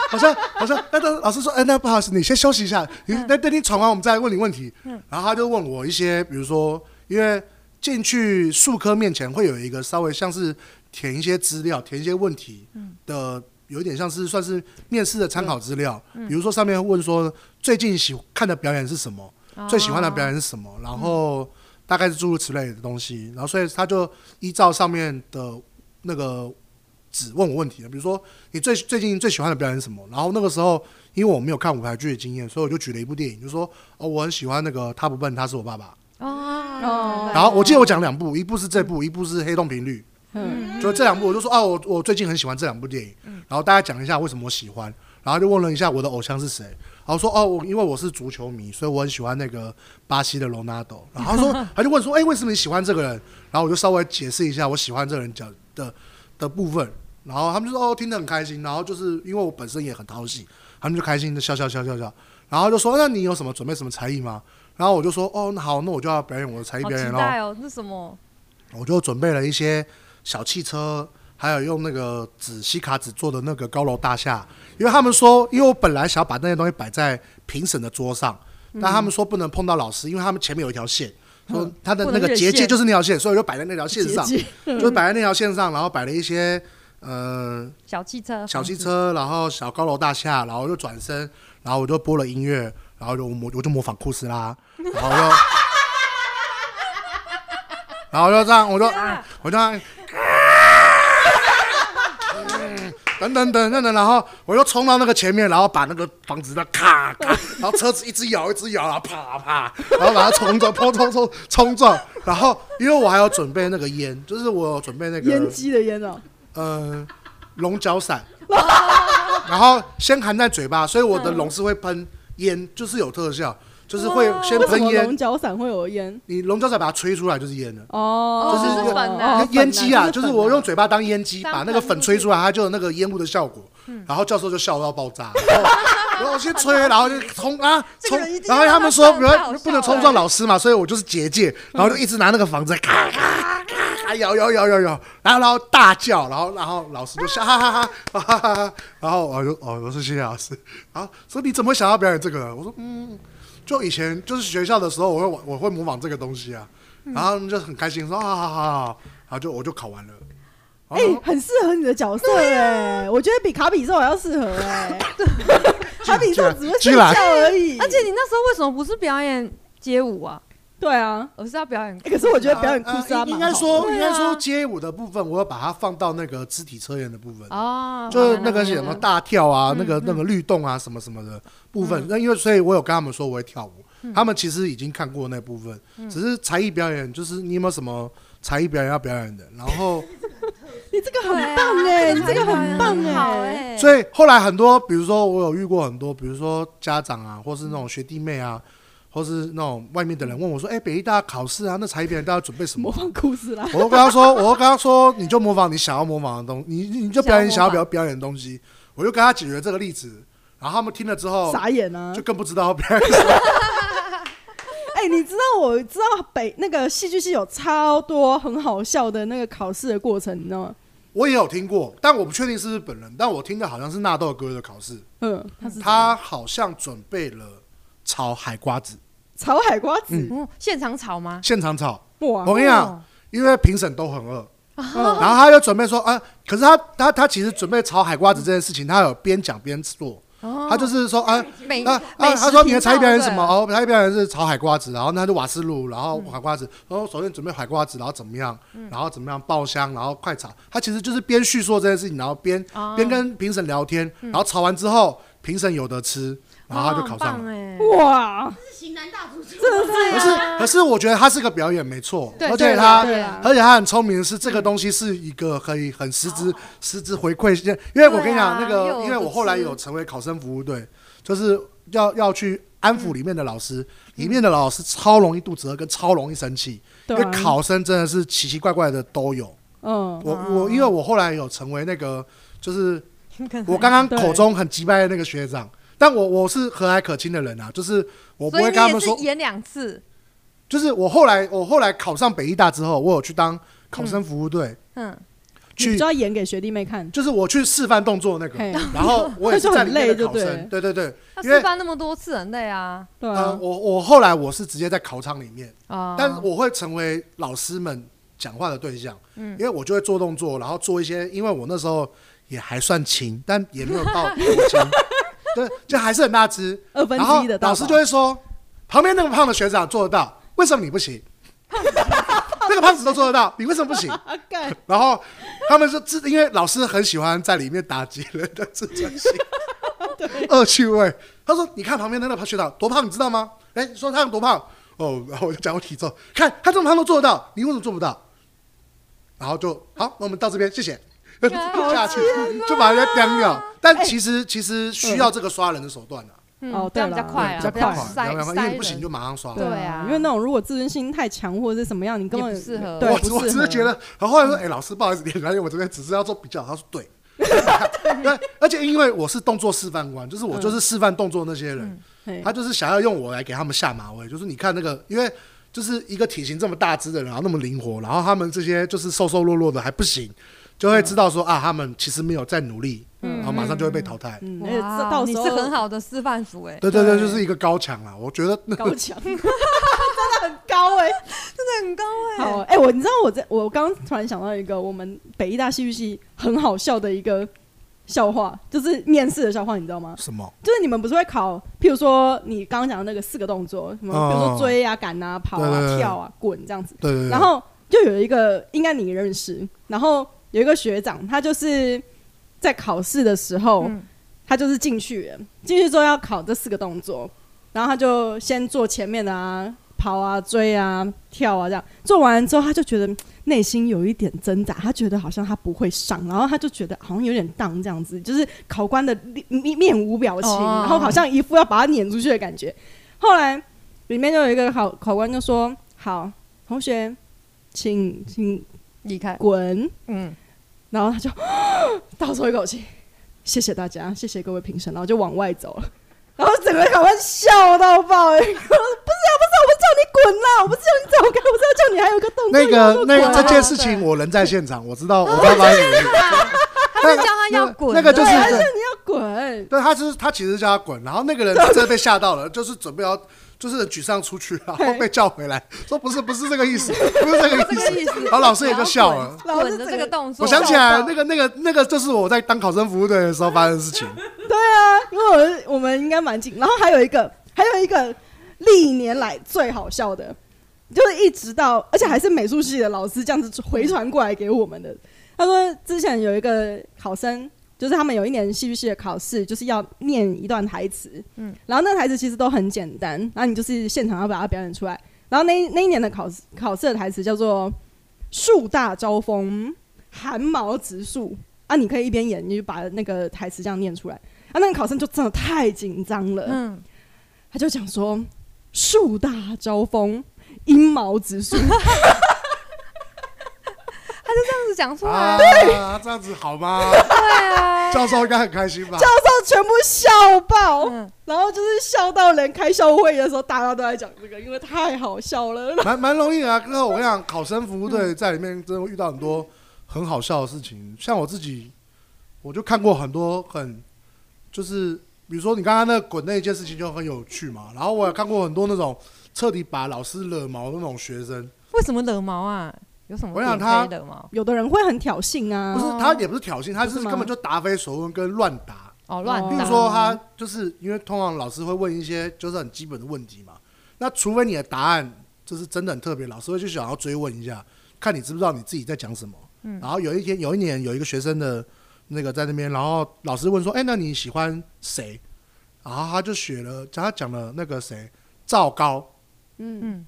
[SPEAKER 1] 好像好像那那老师说，哎、那不好意思，你先休息一下，你那等你喘完，我们再问你问题。然后他就问我一些，比如说，因为进去术科面前会有一个稍微像是填一些资料、填一些问题的，有点像是算是面试的参考资料。比如说上面会问说最近喜看的表演是什么，最喜欢的表演是什么，然后大概是诸如此类的东西。然后所以他就依照上面的那个只问我问题的，比如说你最最近最喜欢的表演是什么？然后那个时候，因为我没有看舞台剧的经验，所以我就举了一部电影，就说哦，我很喜欢那个《他不笨，他是我爸爸
[SPEAKER 2] 哦，》。
[SPEAKER 1] 然后我记得我讲两部，一部是这部，一部是《黑洞频率》。
[SPEAKER 3] 嗯
[SPEAKER 1] 就这两部，我就说哦，我我最近很喜欢这两部电影，
[SPEAKER 2] 嗯
[SPEAKER 1] 然后大家讲一下为什么我喜欢，然后就问了一下我的偶像是谁，然后说哦，我因为我是足球迷，所以我很喜欢那个巴西的罗纳多，然后他 说他就问说，哎、为什么你喜欢这个人？然后我就稍微解释一下我喜欢这个人讲的的部分，然后他们就说哦，听得很开心，然后就是因为我本身也很讨喜，他们就开心的笑笑笑笑笑，然后就说那你有什么准备什么才艺吗？然后我就说哦，那好，那我就要表演我的才艺
[SPEAKER 2] 好
[SPEAKER 1] 表演
[SPEAKER 2] 期
[SPEAKER 1] 喽。
[SPEAKER 2] 待哦，这是什么？
[SPEAKER 1] 我就准备了一些小汽车，还有用那个纸吸卡纸做的那个高楼大厦，因为他们说，因为我本来想要把那些东西摆在评审的桌上，
[SPEAKER 3] 嗯
[SPEAKER 1] 但他们说不能碰到老师，因为他们前面有一条线，说他的那
[SPEAKER 2] 不
[SPEAKER 1] 个
[SPEAKER 2] 能越
[SPEAKER 1] 结界
[SPEAKER 2] 线
[SPEAKER 1] 就是那条线，所以我就摆在那条线上，
[SPEAKER 3] 结界
[SPEAKER 1] 就是摆在那条线上，然后摆了一些呃
[SPEAKER 2] 小汽车，
[SPEAKER 1] 小汽
[SPEAKER 2] 房子，
[SPEAKER 1] 车，然后小高楼大厦，然后我就转身，然后我就播了音乐，然后就我模我就模仿库斯拉，然后我就，然后我就这样，我就、嗯我就这样，嗯等等等等等，然后我就冲到那个前面，然后把那个房子的咔咔，然后车子一直摇一直摇，然后啪啪，然后把它冲撞，砰冲冲冲撞，然后因为我还有准备那个烟，就是我有准备那个
[SPEAKER 3] 烟机的烟哦，
[SPEAKER 1] 呃，龙角 散，然后先含在嘴巴，所以我的龙是会喷烟，就是有特效，就是会先
[SPEAKER 3] 哦为什
[SPEAKER 1] 喷
[SPEAKER 3] 么龙
[SPEAKER 1] 烟，
[SPEAKER 3] 角散会有烟？
[SPEAKER 1] 你龙角散把它吹出来就是烟了。
[SPEAKER 3] 哦，
[SPEAKER 1] 就是
[SPEAKER 3] 哦
[SPEAKER 1] 就是
[SPEAKER 2] 粉啊
[SPEAKER 3] 哦
[SPEAKER 1] 烟机啊，就是
[SPEAKER 3] 粉
[SPEAKER 1] 我用嘴巴当烟机，
[SPEAKER 2] 当
[SPEAKER 1] 把那个粉吹出来，它就有那个烟雾的效果。然后教授就笑到爆炸，然后然后我先吹，然后就冲啊
[SPEAKER 2] 个
[SPEAKER 1] 冲
[SPEAKER 2] 人一，定
[SPEAKER 1] 然后
[SPEAKER 2] 要
[SPEAKER 1] 他们
[SPEAKER 2] 让
[SPEAKER 1] 说
[SPEAKER 2] 他
[SPEAKER 1] 不
[SPEAKER 2] 上太好
[SPEAKER 1] 要
[SPEAKER 2] 笑
[SPEAKER 1] 不能冲撞老师嘛，所以我就是结界，然后就一直拿那个房子咔咔咔咔摇摇摇摇摇，然后然后大叫，然后然后老师就笑哈哈哈哈哈哈哈，然后我就哦我说谢谢老师，然后说你怎么会想要表演这个？我说嗯，就以前就是学校的时候，我会我会模仿这个东西啊，然后他们就很开心说啊好好好，好然后就我就考完了。哦然
[SPEAKER 3] 哎
[SPEAKER 1] 后，
[SPEAKER 3] 很适合你的角色哎，
[SPEAKER 1] 哦
[SPEAKER 3] 我觉得比卡比兽还要适合 哎。 卡比兽只会睡
[SPEAKER 1] 居然
[SPEAKER 3] 觉而已，
[SPEAKER 1] 啊
[SPEAKER 2] 而且你那时候为什么不是表演街舞啊？
[SPEAKER 3] 对啊，
[SPEAKER 2] 而是要表演
[SPEAKER 3] 哎可是我觉得表演库
[SPEAKER 1] 呃
[SPEAKER 3] 斯拉
[SPEAKER 1] 应应
[SPEAKER 3] 蛮
[SPEAKER 1] 该
[SPEAKER 3] 好
[SPEAKER 1] 说，
[SPEAKER 2] 对啊
[SPEAKER 1] 应该说街舞的部分，我要把它放到那个肢体测验的部分，
[SPEAKER 2] 哦，
[SPEAKER 1] 就是那个是什
[SPEAKER 2] 好
[SPEAKER 1] 么
[SPEAKER 2] 的
[SPEAKER 1] 大跳啊，
[SPEAKER 2] 嗯
[SPEAKER 1] 那个那个律动啊，什么什么的部分。那因为所以，我有跟他们说我会跳舞，
[SPEAKER 2] 嗯
[SPEAKER 1] 他们其实已经看过那部分，只是才艺表演，就是你有没有什么才艺表演要表演的？然后，
[SPEAKER 3] 你这个很棒哎，你这个很棒
[SPEAKER 2] 好
[SPEAKER 3] 哎，
[SPEAKER 2] 哎，
[SPEAKER 1] 所以后来很多，比如说我有遇过很多，比如说家长啊，或是那种学弟妹啊。或是那种外面的人问我说：“哎、北艺大考试啊，那才艺表演大家准备什么
[SPEAKER 3] 模
[SPEAKER 1] 啊？”
[SPEAKER 3] 仿库斯拉，
[SPEAKER 1] 我就跟他说，我就跟他说，你就模仿你想要模仿的东你你就表演你想要表表演的东西。我就跟他解决这个例子，然后他们听了之后
[SPEAKER 3] 傻眼啊
[SPEAKER 1] 就！更不知道要表演什么。
[SPEAKER 3] 哎，你知道我知道北那个戏剧系有超多很好笑的那个考试的过程，你知道吗？
[SPEAKER 1] 我也有听过，但我不确定是不是本人，但我听的好像是纳
[SPEAKER 3] 嗯
[SPEAKER 1] 豆哥的考试，
[SPEAKER 3] 嗯，他是
[SPEAKER 1] 他好像准备了炒海瓜子，
[SPEAKER 3] 炒海瓜子，
[SPEAKER 2] 嗯，现场炒吗？
[SPEAKER 1] 现场炒。
[SPEAKER 3] 哇，
[SPEAKER 1] 我跟你讲，
[SPEAKER 2] 哦，
[SPEAKER 1] 因为评审都很饿，然后他就准备说啊，可是他他他其实准备炒海瓜子这件事情，他有边讲边做，他就是说啊，
[SPEAKER 2] 哦美
[SPEAKER 1] 那啊，他说你的才艺表演是什么？？哦，才艺表演是炒海瓜
[SPEAKER 2] 嗯
[SPEAKER 1] 子，然后那就瓦斯炉，然后海瓜子，然后首先准备海瓜子，然后怎么样，
[SPEAKER 2] 嗯
[SPEAKER 1] 然后怎么样爆香，然后快炒。他其实就是边叙述这件事情，然后边
[SPEAKER 2] 哦
[SPEAKER 1] 边跟评审聊天，
[SPEAKER 2] 嗯
[SPEAKER 1] 然后炒完之后，评审有得吃，然后他就考上了。
[SPEAKER 2] 了
[SPEAKER 3] 哇，
[SPEAKER 6] 是型男大主厨，
[SPEAKER 1] 可是可是我觉得他是个表演没错，
[SPEAKER 2] 对，
[SPEAKER 1] 而且
[SPEAKER 2] 对
[SPEAKER 1] 他
[SPEAKER 2] 啦对啦
[SPEAKER 1] 而且他很聪明的是，这个东西是一个可以很实
[SPEAKER 2] 哦
[SPEAKER 1] 质、实质回馈。因为我跟你讲，
[SPEAKER 2] 对啊
[SPEAKER 1] 那个
[SPEAKER 2] 又，有
[SPEAKER 1] 因为我后来有成为考生服务队，就是要要去安抚里面的老
[SPEAKER 2] 嗯
[SPEAKER 1] 师，里面的老师超容易肚子饿，跟超容易生气，因
[SPEAKER 3] 对
[SPEAKER 1] 为
[SPEAKER 3] 啊，
[SPEAKER 1] 考生真的是奇奇怪怪的都有。
[SPEAKER 3] 嗯，
[SPEAKER 2] 哦
[SPEAKER 1] 我我因为我后来有成为那个， 就是
[SPEAKER 2] 可
[SPEAKER 1] 我刚刚
[SPEAKER 3] 对
[SPEAKER 1] 口中很击败的那个学长，但我我是和蔼可亲的人啊，就是我不
[SPEAKER 2] 所以
[SPEAKER 1] 会跟
[SPEAKER 2] 你
[SPEAKER 1] 他
[SPEAKER 2] 也
[SPEAKER 1] 们
[SPEAKER 2] 是
[SPEAKER 1] 说，
[SPEAKER 2] 演两次，
[SPEAKER 1] 就是我后来我后来考上北医大之后，我有去当考生服务队。
[SPEAKER 2] 嗯，
[SPEAKER 3] 你
[SPEAKER 1] 去
[SPEAKER 3] 就要演给学弟妹看，
[SPEAKER 1] 就是我去示范动作那个
[SPEAKER 3] 嘿，
[SPEAKER 1] 然后我也是在里面
[SPEAKER 3] 那
[SPEAKER 1] 的
[SPEAKER 3] 就
[SPEAKER 1] 考
[SPEAKER 3] 很累
[SPEAKER 1] 生，对对对，
[SPEAKER 2] 他
[SPEAKER 1] 因为
[SPEAKER 2] 示范那么多次很累啊
[SPEAKER 3] 对
[SPEAKER 1] 呃，
[SPEAKER 3] 啊，
[SPEAKER 1] 我我后来我是直接在考场里面，
[SPEAKER 3] 嗯
[SPEAKER 2] 啊！
[SPEAKER 1] 但是我会成为老师们讲话的对象，
[SPEAKER 2] 嗯
[SPEAKER 1] 因为我就会做动作，然后做一些，因为我那时候也还算轻，但也没有到很 轻，对，就还是很大只，
[SPEAKER 3] 二分
[SPEAKER 1] 然
[SPEAKER 3] 之
[SPEAKER 1] 后
[SPEAKER 3] 一的大
[SPEAKER 1] 老
[SPEAKER 3] 宝
[SPEAKER 1] 师就会说，旁边那个胖的学长做得到，为什么你不 行？那个胖子都做得到，你为什么不行？
[SPEAKER 3] 啊干，
[SPEAKER 1] 然后他们是自，因为老师很喜欢在里面打击人的自尊心，恶趣味。他说：“你看旁边那个学长多胖，你知道吗？哎，你说他有多胖哦，然后我就讲我体重，看他这么胖都做得到，你为什么做不到？然后就好，那我们到这边，谢谢。”就
[SPEAKER 2] 啊
[SPEAKER 1] 下去 就把人家叼掉，
[SPEAKER 2] 哎
[SPEAKER 1] 但其实其实需要这个刷人的手段的，
[SPEAKER 2] 嗯
[SPEAKER 3] 哦
[SPEAKER 2] 这样
[SPEAKER 3] 对
[SPEAKER 2] 比
[SPEAKER 3] 啦
[SPEAKER 2] 较快
[SPEAKER 1] 比
[SPEAKER 2] 啊，
[SPEAKER 1] 较
[SPEAKER 2] 不
[SPEAKER 1] 快
[SPEAKER 2] 要
[SPEAKER 1] 嘛，
[SPEAKER 2] 塞
[SPEAKER 1] 因为
[SPEAKER 2] 塞
[SPEAKER 1] 你不行
[SPEAKER 2] 人
[SPEAKER 1] 就马上刷。
[SPEAKER 2] 对啊
[SPEAKER 3] 因为那种如果自尊心太强或者是什么样，你根本
[SPEAKER 2] 也不适合
[SPEAKER 3] 对，
[SPEAKER 1] 我
[SPEAKER 3] 不适合
[SPEAKER 1] 我只是觉得，然后后来说，哎、老师，不好意思，你来我这边只是要做比较。他说 对，对，而且因为我是动作示范官，就是我就是示范动作那些人，
[SPEAKER 3] 嗯嘿
[SPEAKER 1] 他就是想要用我来给他们下马威，就是你看那个，因为。就是一个体型这么大只的人，然后那么灵活，然后他们这些就是瘦瘦弱弱的还不行，就
[SPEAKER 3] 嗯
[SPEAKER 1] 会知道说、啊，他们其实没有在努力，然后马上就会被淘汰。
[SPEAKER 3] 嗯，而且这
[SPEAKER 2] 哇，
[SPEAKER 3] 到
[SPEAKER 2] 你
[SPEAKER 3] 时
[SPEAKER 2] 是
[SPEAKER 3] 候
[SPEAKER 2] 很好的示范组哎，
[SPEAKER 1] 对对对，
[SPEAKER 3] 对
[SPEAKER 1] 就是一个高墙啊，我觉得那
[SPEAKER 3] 高强，真的很高哎、
[SPEAKER 2] 真的很高
[SPEAKER 3] 好
[SPEAKER 2] 哎，
[SPEAKER 3] 哎、我你知道我在我刚突然想到一个我们北医大戏剧系很好笑的一个笑话，就是面试的笑话，你知道吗？
[SPEAKER 1] 什么？
[SPEAKER 3] 就是你们不是会考，譬如说你刚刚讲的那个四个动作，什么，
[SPEAKER 1] 哦
[SPEAKER 3] 比如说追啊、赶啊、跑
[SPEAKER 1] 对对
[SPEAKER 3] 啊、
[SPEAKER 1] 对
[SPEAKER 3] 跳啊、滚这样子。
[SPEAKER 1] 对对对。
[SPEAKER 3] 然后就有一个，应该你也认识，然后有一个学长，他就是在考试的时候，
[SPEAKER 2] 嗯
[SPEAKER 3] 他就是进去了，进去之后要考这四个动作，然后他就先做前面的啊，跑啊、追啊、跳啊这样。做完之后，他就觉得嗯内心有一点挣扎，他觉得好像他不会上，然后他就觉得好像有点荡这样子，就是考官的脸面面无表情，
[SPEAKER 2] 哦
[SPEAKER 3] 然后好像一副要把他撵出去的感觉。后来里面就有一个考考官就说：“好，同学，请请
[SPEAKER 2] 离开，
[SPEAKER 3] 滚。”
[SPEAKER 2] 嗯，
[SPEAKER 3] 然后他就 倒抽一口气，谢谢大家，谢谢各位评审，然后就往外走了。然后整个考官笑到爆、 欸，我说不是啊，不是啊，我叫你滚啦、我不是叫你走开，我是要叫你还有一个 动作。
[SPEAKER 1] 那个那
[SPEAKER 2] 滚
[SPEAKER 1] 个
[SPEAKER 2] 啊
[SPEAKER 1] 这件事情，我人在现场，我知道，我知道发生什么事。他
[SPEAKER 2] 是叫他要滚
[SPEAKER 1] 那个就是
[SPEAKER 3] 对，而且
[SPEAKER 1] 对，
[SPEAKER 3] 你要滚，
[SPEAKER 1] 对他就是他其实叫他滚，然后那个人真的被吓到了，就是准备要就是很沮丧出去，然后被叫回来，说不是不是这个意思，不是这个
[SPEAKER 2] 这个
[SPEAKER 1] 意
[SPEAKER 2] 意
[SPEAKER 1] 思。
[SPEAKER 2] 思。
[SPEAKER 1] 然后老师也就笑了
[SPEAKER 2] 然后滚的这个动作，
[SPEAKER 1] 我想起来，那个那个那个就是我在当考生服务队的时候发生的事情。
[SPEAKER 3] 啊因为我们我们应该蛮近。然后还有一个，还有一个历年来最好笑的，就是一直到，而且还是美术系的老师这样子回传过来给我们的。他说之前有一个考生，就是他们有一年戏剧系的考试，就是要念一段台词，嗯
[SPEAKER 2] 嗯，
[SPEAKER 3] 然后那台词其实都很简单，然后你就是现场要把它表演出来。然后那那一年的考试考试的台词叫做“树大招风，寒毛直竖”，啊，你可以一边演，你就把那个台词这样念出来。啊，那个考生就真的太紧张了，
[SPEAKER 2] 嗯，
[SPEAKER 3] 他就讲说“树大招风，阴毛 直竖”，
[SPEAKER 2] 这样子讲出来
[SPEAKER 1] 啊，，这样子好吗？
[SPEAKER 2] 对啊，
[SPEAKER 1] 教授应该很开心吧？
[SPEAKER 3] 教授全部笑爆，
[SPEAKER 2] 嗯
[SPEAKER 3] 然后就是笑到连开校会的时候，大家都在讲这个，因为太好笑了。
[SPEAKER 1] 蛮蛮容易的啊。可是我跟你讲，考生服务队在里面真的会遇到很多很好笑的事情。像我自己，我就看过很多很，就是比如说你刚刚那个滚那一件事情就很有趣嘛。然后我也看过很多那种彻底把老师惹毛的那种学生，
[SPEAKER 2] 为什么惹毛啊？有什么
[SPEAKER 1] 我
[SPEAKER 2] 点
[SPEAKER 1] 想他
[SPEAKER 2] 可以惹毛？
[SPEAKER 3] 有的人会很挑衅啊，
[SPEAKER 1] 不是他哦也不是挑衅，他就是
[SPEAKER 3] 是吗
[SPEAKER 1] 根本就答非所问跟乱答。
[SPEAKER 2] 哦，乱
[SPEAKER 1] 比
[SPEAKER 2] 打。
[SPEAKER 1] 如说他就是因为通常老师会问一些就是很基本的问题嘛，那除非你的答案就是真的很特别，老师会去想要追问一下，看你知不知道你自己在讲什么。然后有一天有一年有一个学生的那个在那边，然后老师问说：“哎，那你喜欢谁？”然后他就选了，他讲了那个谁赵高，
[SPEAKER 2] 嗯，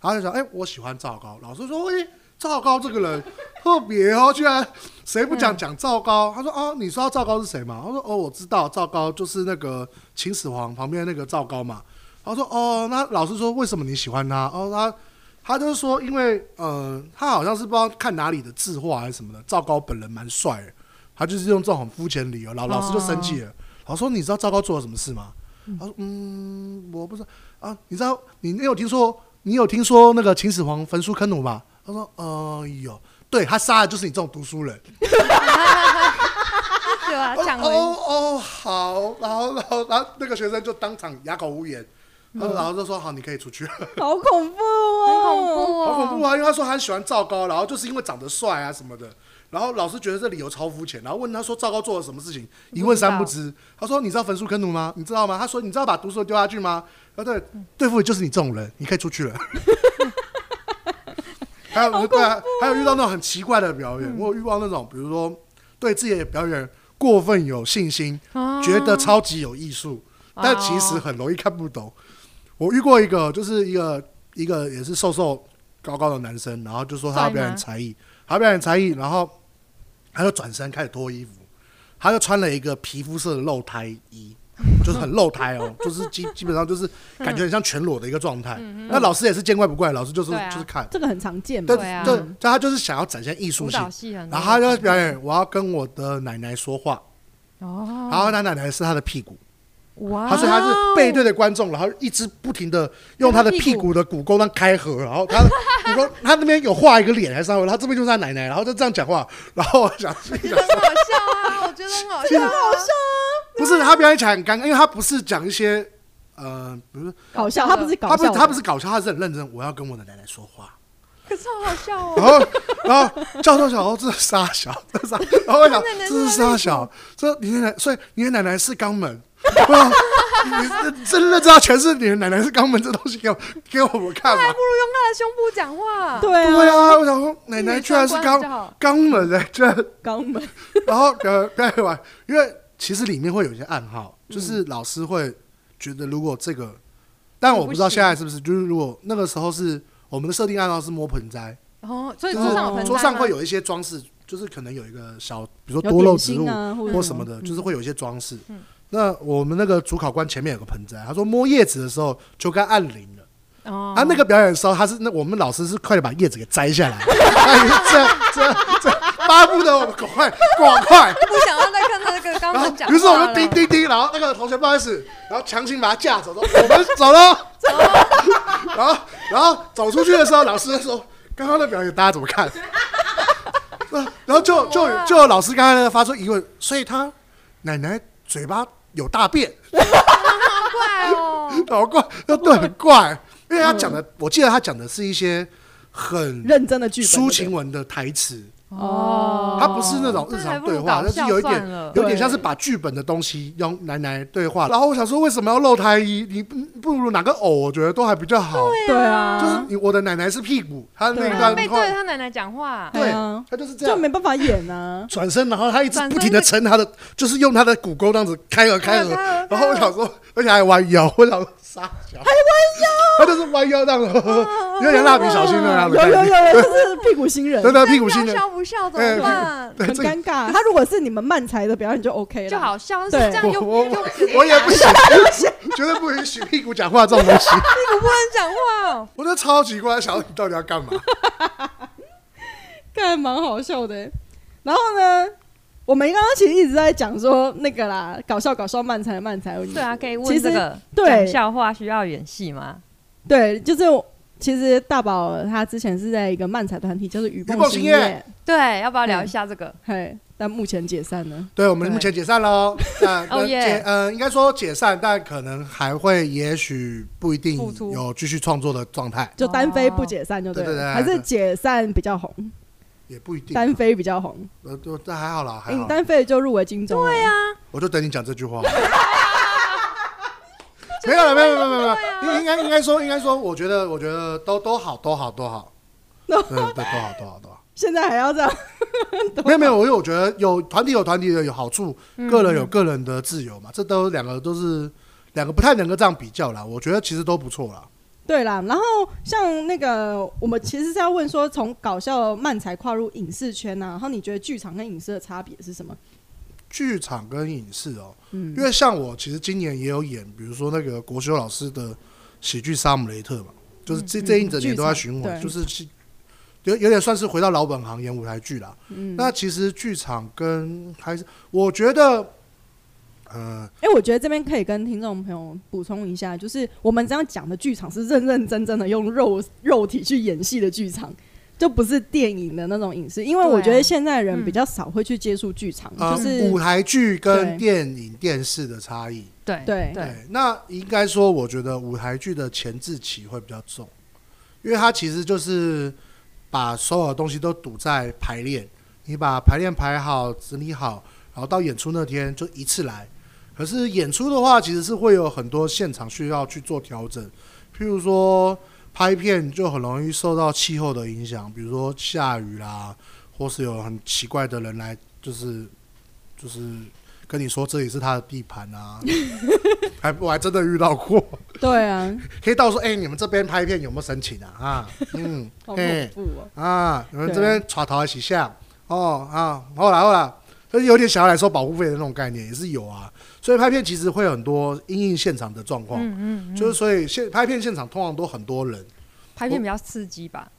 [SPEAKER 1] 然后就想，哎、我喜欢赵高。老师说，哎、赵高这个人特别哦，居然谁不讲讲赵高？他说，哦，你知道赵高是谁吗？他说，哦，我知道，赵高就是那个秦始皇旁边那个赵高嘛。他说，哦，那老师说为什么你喜欢他？哦，他他就是说，因为呃，他好像是不知道看哪里的字画还是什么的，赵高本人蛮帅的，他就是用这种很肤浅的理由，老老师就生气了。老师说，你知道赵高做了什么事吗？他说，嗯，我不知道啊，你知道你你有听说你有听说那个秦始皇焚书坑儒吧？他说，呃，有，对他杀的就是你这种读书人。
[SPEAKER 2] 对啊，
[SPEAKER 1] 哦
[SPEAKER 2] 讲回
[SPEAKER 1] 哦哦，好，然后然后然后那个学生就当场哑口无言，然后老师就说，好，你可以出去了。
[SPEAKER 3] 好恐怖
[SPEAKER 2] 很恐怖
[SPEAKER 3] 哦，
[SPEAKER 1] 好
[SPEAKER 2] 哦，
[SPEAKER 1] 恐怖啊！因为他说他很喜欢赵高，然后就是因为长得帅啊什么的。然后老师觉得这理由超肤浅，然后问他说赵高做了什么事情，一问三不知。他说你知道焚书坑儒吗？你知道吗？他说你知道把毒蛇丢下去吗？啊对，对付的就是你这种人，你可以出去 了。还有对啊，嗯还有遇到那种很奇怪的表演，我有遇到那种比如说对自己的表演过分有信心，
[SPEAKER 2] 啊
[SPEAKER 1] 觉得超级有艺术，但其实很容易看不懂。我遇过一个，就是一个一个也是瘦瘦高高的男生，然后就说他要表演才艺，他表演才艺，然后他就转身开始脱衣服，他就穿了一个皮肤色的露胎 衣，就是很露胎哦， 就是基基本上就是感觉很像全裸的一个状态。那老师也是见怪不怪，老师就是、
[SPEAKER 2] 嗯对啊
[SPEAKER 1] 就是看，
[SPEAKER 3] 这个很常见嘛
[SPEAKER 1] 但，
[SPEAKER 2] 对啊
[SPEAKER 1] 但但他就是想要展现艺术
[SPEAKER 2] 舞
[SPEAKER 1] 性，
[SPEAKER 2] 蹈系很多，
[SPEAKER 1] 然后他就表演我要跟我的奶奶说话，
[SPEAKER 2] 哦，
[SPEAKER 1] 然后他奶奶是他的屁股。
[SPEAKER 2] 哇，哦
[SPEAKER 1] 他所以他是
[SPEAKER 5] 哦
[SPEAKER 1] 背对着观众，然后一直不停的用他的屁股的骨沟那开合，然 后他的骨沟他那边有画一个脸还是啥，然后这边就是他奶奶，然后就这样讲话，然后我想 心里想
[SPEAKER 5] 很好笑啊，我觉得很好笑，好笑。
[SPEAKER 1] 不是他表演起来很尴尬，因为他不是讲一些呃，不是
[SPEAKER 3] 搞笑，他不是搞
[SPEAKER 1] 他不是
[SPEAKER 3] 笑，
[SPEAKER 1] 他不是搞笑，他是很认真，我要跟我的奶奶说话，
[SPEAKER 5] 可是好好笑哦，
[SPEAKER 1] 然后然后教授想哦这是傻小，这是傻，然后我想
[SPEAKER 5] 他奶奶
[SPEAKER 1] 这
[SPEAKER 5] 是他
[SPEAKER 1] 是傻小，这你的奶所以你的奶奶是肛门。 哇你你真的知道全是你的奶奶是肛门这东西给我给我们看吗
[SPEAKER 2] 哎还？不如用他的胸部讲话，
[SPEAKER 3] 对啊，
[SPEAKER 1] 对啊，我想说奶奶居然是
[SPEAKER 2] 双关比较
[SPEAKER 1] 肛
[SPEAKER 2] 好
[SPEAKER 1] 肛门的，居然
[SPEAKER 3] 肛门，
[SPEAKER 1] 然后表表演完，因为其实里面会有一些暗号，就是老师会觉得如果这个，但我不知道现在是不是，就是如果那个时候是我们的设定暗号是摸盆栽，
[SPEAKER 2] 哦，所以
[SPEAKER 1] 就
[SPEAKER 2] 桌上有盆栽
[SPEAKER 1] 是桌
[SPEAKER 2] 吗
[SPEAKER 1] 上会有一些装饰，就是可能有一个小，比如说
[SPEAKER 3] 有
[SPEAKER 1] 多肉
[SPEAKER 3] 点
[SPEAKER 1] 植物
[SPEAKER 3] 心啊，或者
[SPEAKER 1] 或什么的，就是会有一些装饰。那我们那个主考官前面有个盆栽，他说摸叶子的时候就该按铃了。
[SPEAKER 2] 哦，
[SPEAKER 1] 他、啊那个表演的时候，他是那我们老师是快点把叶子给摘下来， 哎这这这巴不得我们赶快赶快。
[SPEAKER 5] 不想要再看他那个肛
[SPEAKER 1] 然后
[SPEAKER 5] 门讲话了。
[SPEAKER 1] 于是我们叮叮叮，然后那个同学不好意思，然后强行把他架走，说我们走了。 然后然后走出去的时候，老师就说刚刚的表演大家怎么看？ 然后就就就有老师刚才发出疑问，所以他奶奶嘴巴有大便。
[SPEAKER 5] 好怪哦，
[SPEAKER 1] 好怪，那对很怪，因为他讲的，我记得他讲的是一些很
[SPEAKER 3] 认真的剧本，
[SPEAKER 1] 抒情文的台词，
[SPEAKER 2] 哦，
[SPEAKER 1] 他不是那种日
[SPEAKER 2] 那还
[SPEAKER 1] 常
[SPEAKER 2] 不如
[SPEAKER 1] 对话，
[SPEAKER 2] 搞
[SPEAKER 1] 但是
[SPEAKER 2] 笑
[SPEAKER 1] 有一
[SPEAKER 2] 算
[SPEAKER 1] 点
[SPEAKER 2] 了
[SPEAKER 1] 有点像是把剧本的东西用奶奶对话。然后我想说，为什么要露胎衣？你不不如拿个偶，我觉得都还比较好。
[SPEAKER 3] 对
[SPEAKER 1] 就是
[SPEAKER 3] 啊，
[SPEAKER 1] 你我的奶奶是屁股，她那
[SPEAKER 3] 对
[SPEAKER 1] 一
[SPEAKER 3] 啊
[SPEAKER 1] 段
[SPEAKER 2] 背对着
[SPEAKER 1] 话，
[SPEAKER 2] 他奶奶讲话，
[SPEAKER 3] 对啊
[SPEAKER 1] 她就是这
[SPEAKER 3] 就
[SPEAKER 1] 样。
[SPEAKER 3] 没办法演啊，
[SPEAKER 1] 转身，然后她一直
[SPEAKER 2] 转
[SPEAKER 1] 不
[SPEAKER 2] 身
[SPEAKER 1] 停的
[SPEAKER 2] 就
[SPEAKER 1] 撑她的，就是用她的骨沟这样子开合开合，
[SPEAKER 2] 开合开合
[SPEAKER 1] 然后我想说，而且还弯腰，我想说傻小，还弯腰，她就是弯腰这样 子，呵呵呵有点蜡笔小新啊那样
[SPEAKER 3] 有
[SPEAKER 1] 的感觉，
[SPEAKER 3] 有有有，就是屁股新人，
[SPEAKER 1] 对对，屁股新
[SPEAKER 5] 笑
[SPEAKER 1] 的，
[SPEAKER 5] 笑不笑怎
[SPEAKER 1] 哎
[SPEAKER 5] 么办？
[SPEAKER 1] 对
[SPEAKER 3] 很
[SPEAKER 1] 这个
[SPEAKER 3] 尴尬。他如果是你们漫才的表演就 OK 了，
[SPEAKER 2] 就好笑，是
[SPEAKER 3] 对
[SPEAKER 2] 这样
[SPEAKER 1] 我
[SPEAKER 2] 又
[SPEAKER 1] 我
[SPEAKER 2] 又
[SPEAKER 1] 我我也不行，绝对不允许屁股讲话这种东西，
[SPEAKER 2] 我不能讲话哦，
[SPEAKER 1] 我就超奇怪，想你到底要干嘛？
[SPEAKER 3] 看蛮好笑的欸。然后呢，我们刚刚其实一直在讲说那个啦，搞笑搞笑漫才漫才，
[SPEAKER 2] 对啊，可以
[SPEAKER 3] 其
[SPEAKER 2] 问
[SPEAKER 3] 实
[SPEAKER 2] 这个
[SPEAKER 3] 对
[SPEAKER 2] 讲笑话需要演戏吗？
[SPEAKER 3] 对，就是我其实大宝他之前是在一个漫才团体，叫做雨
[SPEAKER 1] 雨蹦
[SPEAKER 3] 星
[SPEAKER 1] 星夜
[SPEAKER 2] 对，要不要聊一下这个？
[SPEAKER 3] 嘿，但目前解散了。
[SPEAKER 1] 对，我们目前解散喽。那
[SPEAKER 2] 哦
[SPEAKER 1] 那
[SPEAKER 2] 耶
[SPEAKER 1] 解呃，应该说解散，但可能还会，也许不一定
[SPEAKER 2] 复出
[SPEAKER 1] 有继续创作的状态，
[SPEAKER 3] 就单飞不解散就
[SPEAKER 1] 哦对
[SPEAKER 3] 了，
[SPEAKER 1] 对对
[SPEAKER 3] 还是解散比较红，
[SPEAKER 1] 也不一定。
[SPEAKER 3] 单飞比较红。
[SPEAKER 1] 呃，都这还好啊啦，还
[SPEAKER 3] 哎你
[SPEAKER 1] 好。
[SPEAKER 3] 单飞就入围金钟，啊对呀，
[SPEAKER 1] 我就等你讲这句话。没有了，没有，没有，没有，没有。应应该应该说，应该说，我觉得，我觉得都都好，都好，都好。
[SPEAKER 3] 都
[SPEAKER 1] 对对，都好，都好，都好。
[SPEAKER 3] 现在还要这样，
[SPEAKER 1] 没有没有，我有觉得有团体有团体的有好处，
[SPEAKER 3] 嗯
[SPEAKER 1] 个人有个人的自由嘛，这都两个都是两个不太能够这样比较啦。我觉得其实都不错啦。
[SPEAKER 3] 对啦，然后像那个，我们其实是要问说，从搞笑漫才跨入影视圈呐、啊，然后你觉得剧场跟影视的差别是什么？
[SPEAKER 1] 剧场跟影视哦，
[SPEAKER 3] 嗯
[SPEAKER 1] 因为像我其实今年也有演，比如说那个国修老师的喜剧《杀姆雷特》嘛，就是这这一整年都在巡
[SPEAKER 3] 嗯剧场
[SPEAKER 1] 回，
[SPEAKER 3] 对
[SPEAKER 1] 就是其有有点算是回到老本行演舞台剧啦。
[SPEAKER 3] 嗯，
[SPEAKER 1] 那其实剧场跟还是我觉得，呃，
[SPEAKER 3] 哎、我觉得这边可以跟听众朋友补充一下，就是我们这样讲的剧场是认认真真的用肉肉体去演戏的剧场，就不是电影的那种影视。因为
[SPEAKER 2] 对啊
[SPEAKER 3] 我觉得现在人
[SPEAKER 2] 嗯
[SPEAKER 3] 比较少会去接触剧场，
[SPEAKER 1] 呃
[SPEAKER 3] 就是、
[SPEAKER 1] 舞台剧跟
[SPEAKER 3] 对
[SPEAKER 1] 电影电视的差异。
[SPEAKER 2] 对
[SPEAKER 3] 对
[SPEAKER 2] 对，
[SPEAKER 1] 哎那应该说，我觉得舞台剧的前置期会比较重，因为它其实就是把所有东西都堵在排练，你把排练排好、整理好，然后到演出那天就一次来。可是演出的话，其实是会有很多现场需要去做调整，譬如说拍片就很容易受到气候的影响，比如说下雨啦，或是有很奇怪的人来，就是就是跟你说这里是他的地盘啊，还哎我还真的遇到过，
[SPEAKER 3] 对啊，
[SPEAKER 1] 黑道说：“哎、你们这边拍片有没有申请啊？ 啊，嗯，
[SPEAKER 3] 好恐
[SPEAKER 1] 嘿
[SPEAKER 3] 怖哦、
[SPEAKER 1] 啊，你们这边耍桃几下哦啊，后来后来，就是有点想要来收保护费的那种概念也是有啊。所以拍片其实会有很多因应现场的状况，
[SPEAKER 2] 嗯嗯，
[SPEAKER 1] 就是所以现拍片现场通常都很多人，
[SPEAKER 2] 拍片比较刺激吧？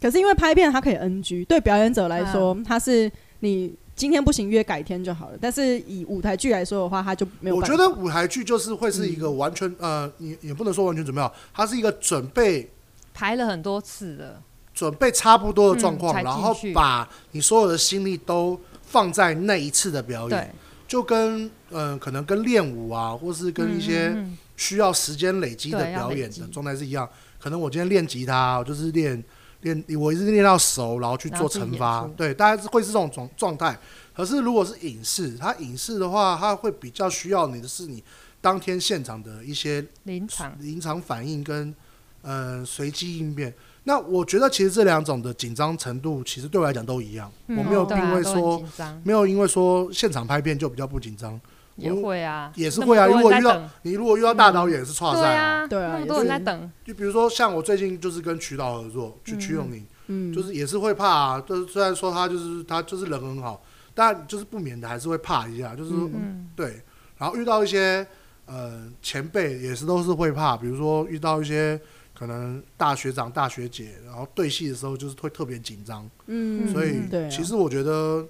[SPEAKER 3] 可是因为拍片它可以 NG，对表演者来说，它是你今天不行约改天就好了。但是以舞台剧来说的话，它就没有
[SPEAKER 1] 我
[SPEAKER 3] 办
[SPEAKER 1] 觉
[SPEAKER 3] 法。
[SPEAKER 1] 得舞台剧就是会是一个
[SPEAKER 2] 嗯
[SPEAKER 1] 完全、呃，也也不能说完全准备好，它是一个准备
[SPEAKER 2] 排了很多次了，
[SPEAKER 1] 准备差不多的状况，
[SPEAKER 2] 嗯才进
[SPEAKER 1] 然后
[SPEAKER 2] 去
[SPEAKER 1] 把你所有的心力都放在那一次的表演
[SPEAKER 2] 对。，
[SPEAKER 1] 就跟嗯、呃可能跟练舞啊，或是跟一些
[SPEAKER 2] 嗯嗯
[SPEAKER 1] 需要时间累积的
[SPEAKER 2] 对要
[SPEAKER 1] 表演
[SPEAKER 2] 累积
[SPEAKER 1] 的状态是一样。可能我今天练吉他，我就是练练，我一直练到熟，然后去
[SPEAKER 2] 然后
[SPEAKER 1] 做
[SPEAKER 2] 自
[SPEAKER 1] 惩
[SPEAKER 2] 己演
[SPEAKER 1] 罚
[SPEAKER 2] 出，
[SPEAKER 1] 对，大概是会是这种状状态。可是如果是影视，它影视的话，它会比较需要你的是你当天现场的一些
[SPEAKER 2] 临场
[SPEAKER 1] 临场反应跟呃随机应变。那我觉得其实这两种的紧张程度，其实对我来讲都一样，
[SPEAKER 2] 嗯
[SPEAKER 1] 我没有
[SPEAKER 2] 对
[SPEAKER 1] 并
[SPEAKER 2] 啊
[SPEAKER 1] 为
[SPEAKER 2] 都很
[SPEAKER 1] 说、
[SPEAKER 2] 紧张
[SPEAKER 1] 没有因为说现场拍片就比较不紧张。
[SPEAKER 2] 也会啊，
[SPEAKER 1] 也是会啊。如
[SPEAKER 2] 那么
[SPEAKER 1] 果
[SPEAKER 2] 多人
[SPEAKER 1] 遇
[SPEAKER 2] 在
[SPEAKER 1] 到
[SPEAKER 2] 等
[SPEAKER 1] 你如果遇到大导演是差
[SPEAKER 2] 对
[SPEAKER 1] 赛，
[SPEAKER 2] 啊，
[SPEAKER 3] 对啊
[SPEAKER 2] 那么多人在等，
[SPEAKER 1] 就比如说像我最近就是跟曲导合作，就曲永宁，
[SPEAKER 3] 嗯，
[SPEAKER 1] 就是也是会怕啊。就是虽然说他就是他就是人很好，但就是不免的还是会怕一下，就是说
[SPEAKER 2] 嗯，
[SPEAKER 1] 对。然后遇到一些呃前辈也是都是会怕，比如说遇到一些可能大学长、大学姐，然后对戏的时候就是会特别紧张。
[SPEAKER 3] 嗯，
[SPEAKER 1] 所以
[SPEAKER 3] 对啊、
[SPEAKER 1] 其实我觉得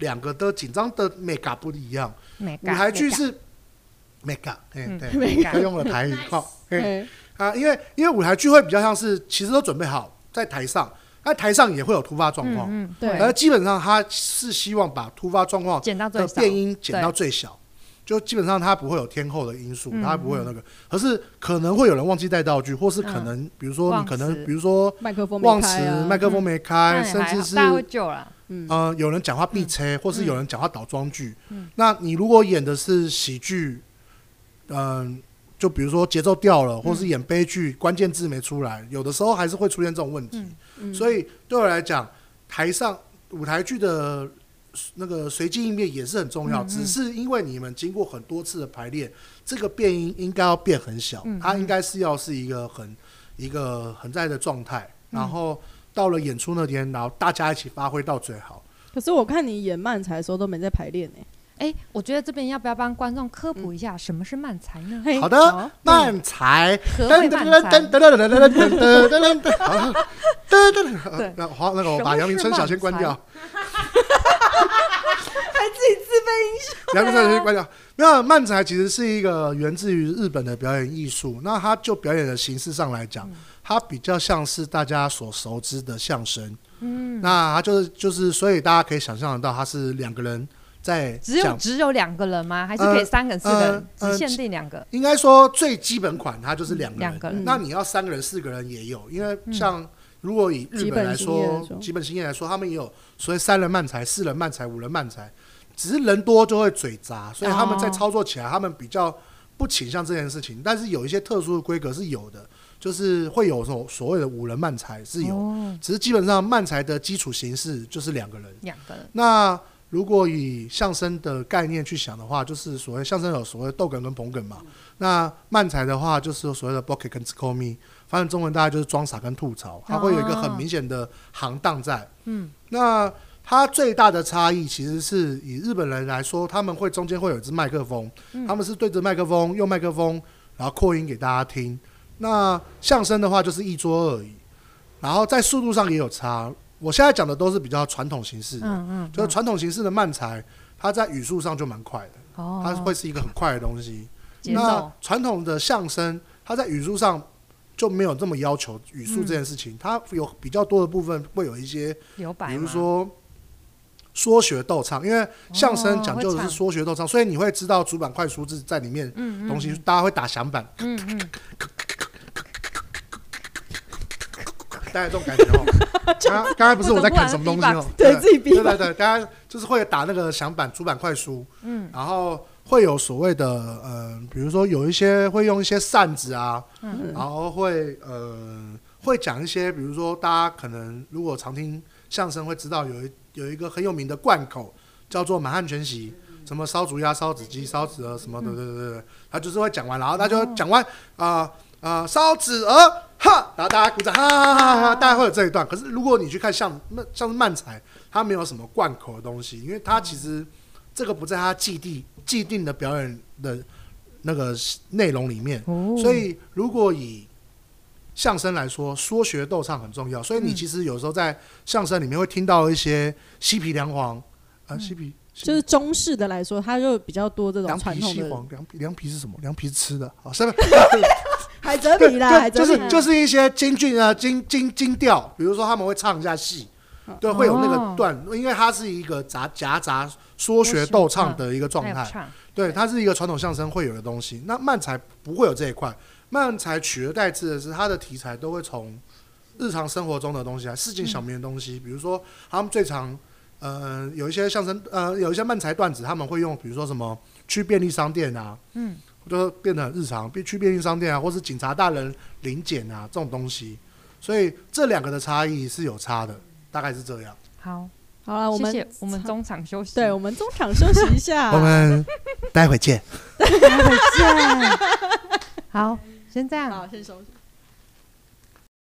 [SPEAKER 1] 两个的紧张的 mega 不一样。
[SPEAKER 2] 美
[SPEAKER 1] 舞台剧是 mega，哎、
[SPEAKER 2] 嗯
[SPEAKER 1] 对，
[SPEAKER 2] mega
[SPEAKER 1] 他用了台语
[SPEAKER 6] Nice
[SPEAKER 1] 靠，哎
[SPEAKER 3] 对
[SPEAKER 1] 啊，因为因为舞台剧会比较像是其实都准备好在台上，那台上也会有突发状况，
[SPEAKER 2] 嗯，
[SPEAKER 3] 对
[SPEAKER 1] 而基本上他是希望把突发状况
[SPEAKER 2] 减到最
[SPEAKER 1] 的
[SPEAKER 2] 少，
[SPEAKER 1] 变音减到最小。就基本上它不会有天后的因素，
[SPEAKER 2] 嗯嗯
[SPEAKER 1] 它不会有那个，可是可能会有人忘记带道具，或是可能，比如说你
[SPEAKER 2] 忘
[SPEAKER 1] 可能，
[SPEAKER 2] 词
[SPEAKER 1] 比如说
[SPEAKER 3] 麦克风没
[SPEAKER 1] 忘词
[SPEAKER 3] 开啊，
[SPEAKER 1] 麦克风没开，
[SPEAKER 2] 那也
[SPEAKER 1] 哎甚
[SPEAKER 2] 哎嗯还
[SPEAKER 1] 至
[SPEAKER 2] 好
[SPEAKER 1] 是
[SPEAKER 2] 大家会救啦，
[SPEAKER 3] 嗯
[SPEAKER 1] 呃，有人讲话必车，或是有人讲话倒装句。
[SPEAKER 2] 嗯
[SPEAKER 1] 那你如果演的是喜剧，嗯、就比如说节奏掉
[SPEAKER 2] 嗯
[SPEAKER 1] 了，或是演悲剧，关键字没出来，有的时候还是会出现这种问题。
[SPEAKER 2] 嗯
[SPEAKER 3] 嗯
[SPEAKER 1] 所以对我来讲，台上舞台剧的那个随机应变也是很重要，
[SPEAKER 2] 嗯嗯
[SPEAKER 1] 只是因为你们经过很多次的排练，这个变音应该要变很小，
[SPEAKER 2] 嗯嗯
[SPEAKER 1] 它应该是要是一个很一个很在的状态，
[SPEAKER 2] 嗯
[SPEAKER 1] 然后到了演出那天，然后大家一起发挥到最好。
[SPEAKER 3] 可是我看你演漫才的时候都没在排练呢、
[SPEAKER 2] 哎，我觉得这边要不要帮观众科
[SPEAKER 1] 嗯
[SPEAKER 2] 普一下什么是慢才呢？
[SPEAKER 3] 嘿
[SPEAKER 1] 好的，慢才，
[SPEAKER 2] 何谓慢才？
[SPEAKER 1] 噔噔噔噔噔噔噔噔，好了，噔噔噔，那好，那个我把杨明春小先关掉。
[SPEAKER 3] 还自己自备音效。
[SPEAKER 1] 杨明春小先关掉。没有，漫才其实是一个源自于日本的表演艺术，那它就表演的形式上来讲，它比较像是大家所熟知的相声。嗯，那它就是就是，所以大家可以想象得到，它是两个人在
[SPEAKER 2] 只有
[SPEAKER 1] 讲。
[SPEAKER 2] 只有两个人吗？还是可以
[SPEAKER 1] 呃
[SPEAKER 2] 三个人、四个人？
[SPEAKER 1] 呃
[SPEAKER 2] 只限定两个？
[SPEAKER 1] 应该说最基本款，它就是两个人。
[SPEAKER 2] 两个人
[SPEAKER 1] 那你要三个人、四个人也有，因为像如果以日本来
[SPEAKER 3] 基本经验来
[SPEAKER 1] 说
[SPEAKER 3] 说，
[SPEAKER 1] 基本经验来说，他们也有所谓三人漫才、四人漫才、五人漫才，只是人多就会嘴杂，所以他们在
[SPEAKER 2] 哦
[SPEAKER 1] 操作起来，他们比较不倾向这件事情。但是有一些特殊的规格是有的，就是会有这种所谓的五人漫才是有，
[SPEAKER 2] 哦，
[SPEAKER 1] 只是基本上漫才的基础形式就是两个人。
[SPEAKER 2] 两个人。
[SPEAKER 1] 那如果以相声的概念去想的话，就是所谓相声有所谓逗哏跟捧哏嘛。那漫才的话，就是有所谓的 b o k e t 跟 s c o m e 翻译中文大概就是装傻跟吐槽，它会有一个很明显的行当在。
[SPEAKER 2] 嗯，
[SPEAKER 1] 那它最大的差异其实是以日本人来说，他们会中间会有一支麦克风，他们是对着麦克风用麦克风，然后扩音给大家听。那相声的话就是一桌而已，然后在速度上也有差。我现在讲的都是比较传统形式的，
[SPEAKER 2] 嗯嗯，
[SPEAKER 1] 就是传统形式的慢才，它在语速上就蛮快的，
[SPEAKER 2] 哦，
[SPEAKER 1] 它会是一个很快的东西。
[SPEAKER 2] 节
[SPEAKER 1] 那
[SPEAKER 2] 奏
[SPEAKER 1] 传统的相声，它在语速上就没有这么要求语速这
[SPEAKER 2] 嗯
[SPEAKER 1] 件事情，它有比较多的部分会有一些，
[SPEAKER 2] 留白
[SPEAKER 1] 比
[SPEAKER 2] 吗，
[SPEAKER 1] 如说说学逗唱，因为相声讲究的
[SPEAKER 2] 哦会
[SPEAKER 1] 是
[SPEAKER 2] 唱
[SPEAKER 1] 说学逗唱，所以你会知道主板快书字在里面
[SPEAKER 2] 嗯，嗯
[SPEAKER 1] 东西，，大家会打响板，
[SPEAKER 2] 嗯嗯，
[SPEAKER 1] 大家这种感觉 哦。刚刚才不是我在看什么东西哦，
[SPEAKER 3] 对自己逼
[SPEAKER 1] 对对对，大家就是会打那个响板、主板快书，嗯，然后会有所谓的呃，比如说有一些会用一些扇子啊，嗯，然后会呃会讲一些，比如说大家可能如果常听相声会知道有一有一个很有名的贯口叫做满汉全席。什么烧竹鸭、烧子鸡、烧子鹅什
[SPEAKER 3] 嗯
[SPEAKER 1] 么的，对对对对，他就是会讲完，然后他
[SPEAKER 3] 哦
[SPEAKER 1] 就讲完啊啊烧子鹅哈，然后大家鼓掌哈哈哈
[SPEAKER 3] 哦
[SPEAKER 1] 哈，大家会有这一段。可是如果你去看像那像是漫才，它没有什么贯口的东西，因为它其
[SPEAKER 3] 哦
[SPEAKER 1] 实这个不在它既定既定的表演的那个内容里面。
[SPEAKER 2] 哦
[SPEAKER 1] 所以如果以相声来说，说学逗唱很重要。所以
[SPEAKER 3] 嗯
[SPEAKER 1] 你其实有时候在相声里面会听到一些西皮梁黄啊，西皮
[SPEAKER 3] 嗯就是中式的来说，它就比较多这
[SPEAKER 1] 凉
[SPEAKER 3] 种传
[SPEAKER 1] 皮
[SPEAKER 3] 统
[SPEAKER 1] 西
[SPEAKER 3] 的
[SPEAKER 1] 黄，凉皮凉皮是什么？凉皮是吃的，好， 是吧？
[SPEAKER 3] 海蜇
[SPEAKER 1] 对
[SPEAKER 3] 皮啦，海蜇皮
[SPEAKER 1] 就就是
[SPEAKER 3] 啦
[SPEAKER 1] 就是一些京剧啊、京京京调，比如说他们会唱一下戏，
[SPEAKER 3] 嗯
[SPEAKER 1] 对，会有那
[SPEAKER 3] 哦
[SPEAKER 1] 个段，因为它是一个杂夹杂说学逗
[SPEAKER 3] 嗯
[SPEAKER 1] 唱的一个状
[SPEAKER 2] 还有
[SPEAKER 1] 态，
[SPEAKER 2] 唱
[SPEAKER 1] 对，它是一个传统相声会有的东西。那漫才不会有这一块，漫才取而代之的是它的题材都会从日常生活中的东西来，市井小民的东西，比如说他们最常呃有一些相声呃有一些漫才段子，他们会用比如说什么去便利商店啊，
[SPEAKER 2] 嗯，
[SPEAKER 1] 就变得很日常，必去便利商店啊，或是警察大人临检啊这种东西，所以这两个的差异是有差的，大概是这样。
[SPEAKER 2] 好，
[SPEAKER 3] 好了，我
[SPEAKER 2] 谢
[SPEAKER 3] 们
[SPEAKER 2] 谢，我们中场休息，
[SPEAKER 3] 对，我们中场休息一下。
[SPEAKER 1] 们待会见。
[SPEAKER 2] 再见，好，先这样，
[SPEAKER 3] 好，先休息。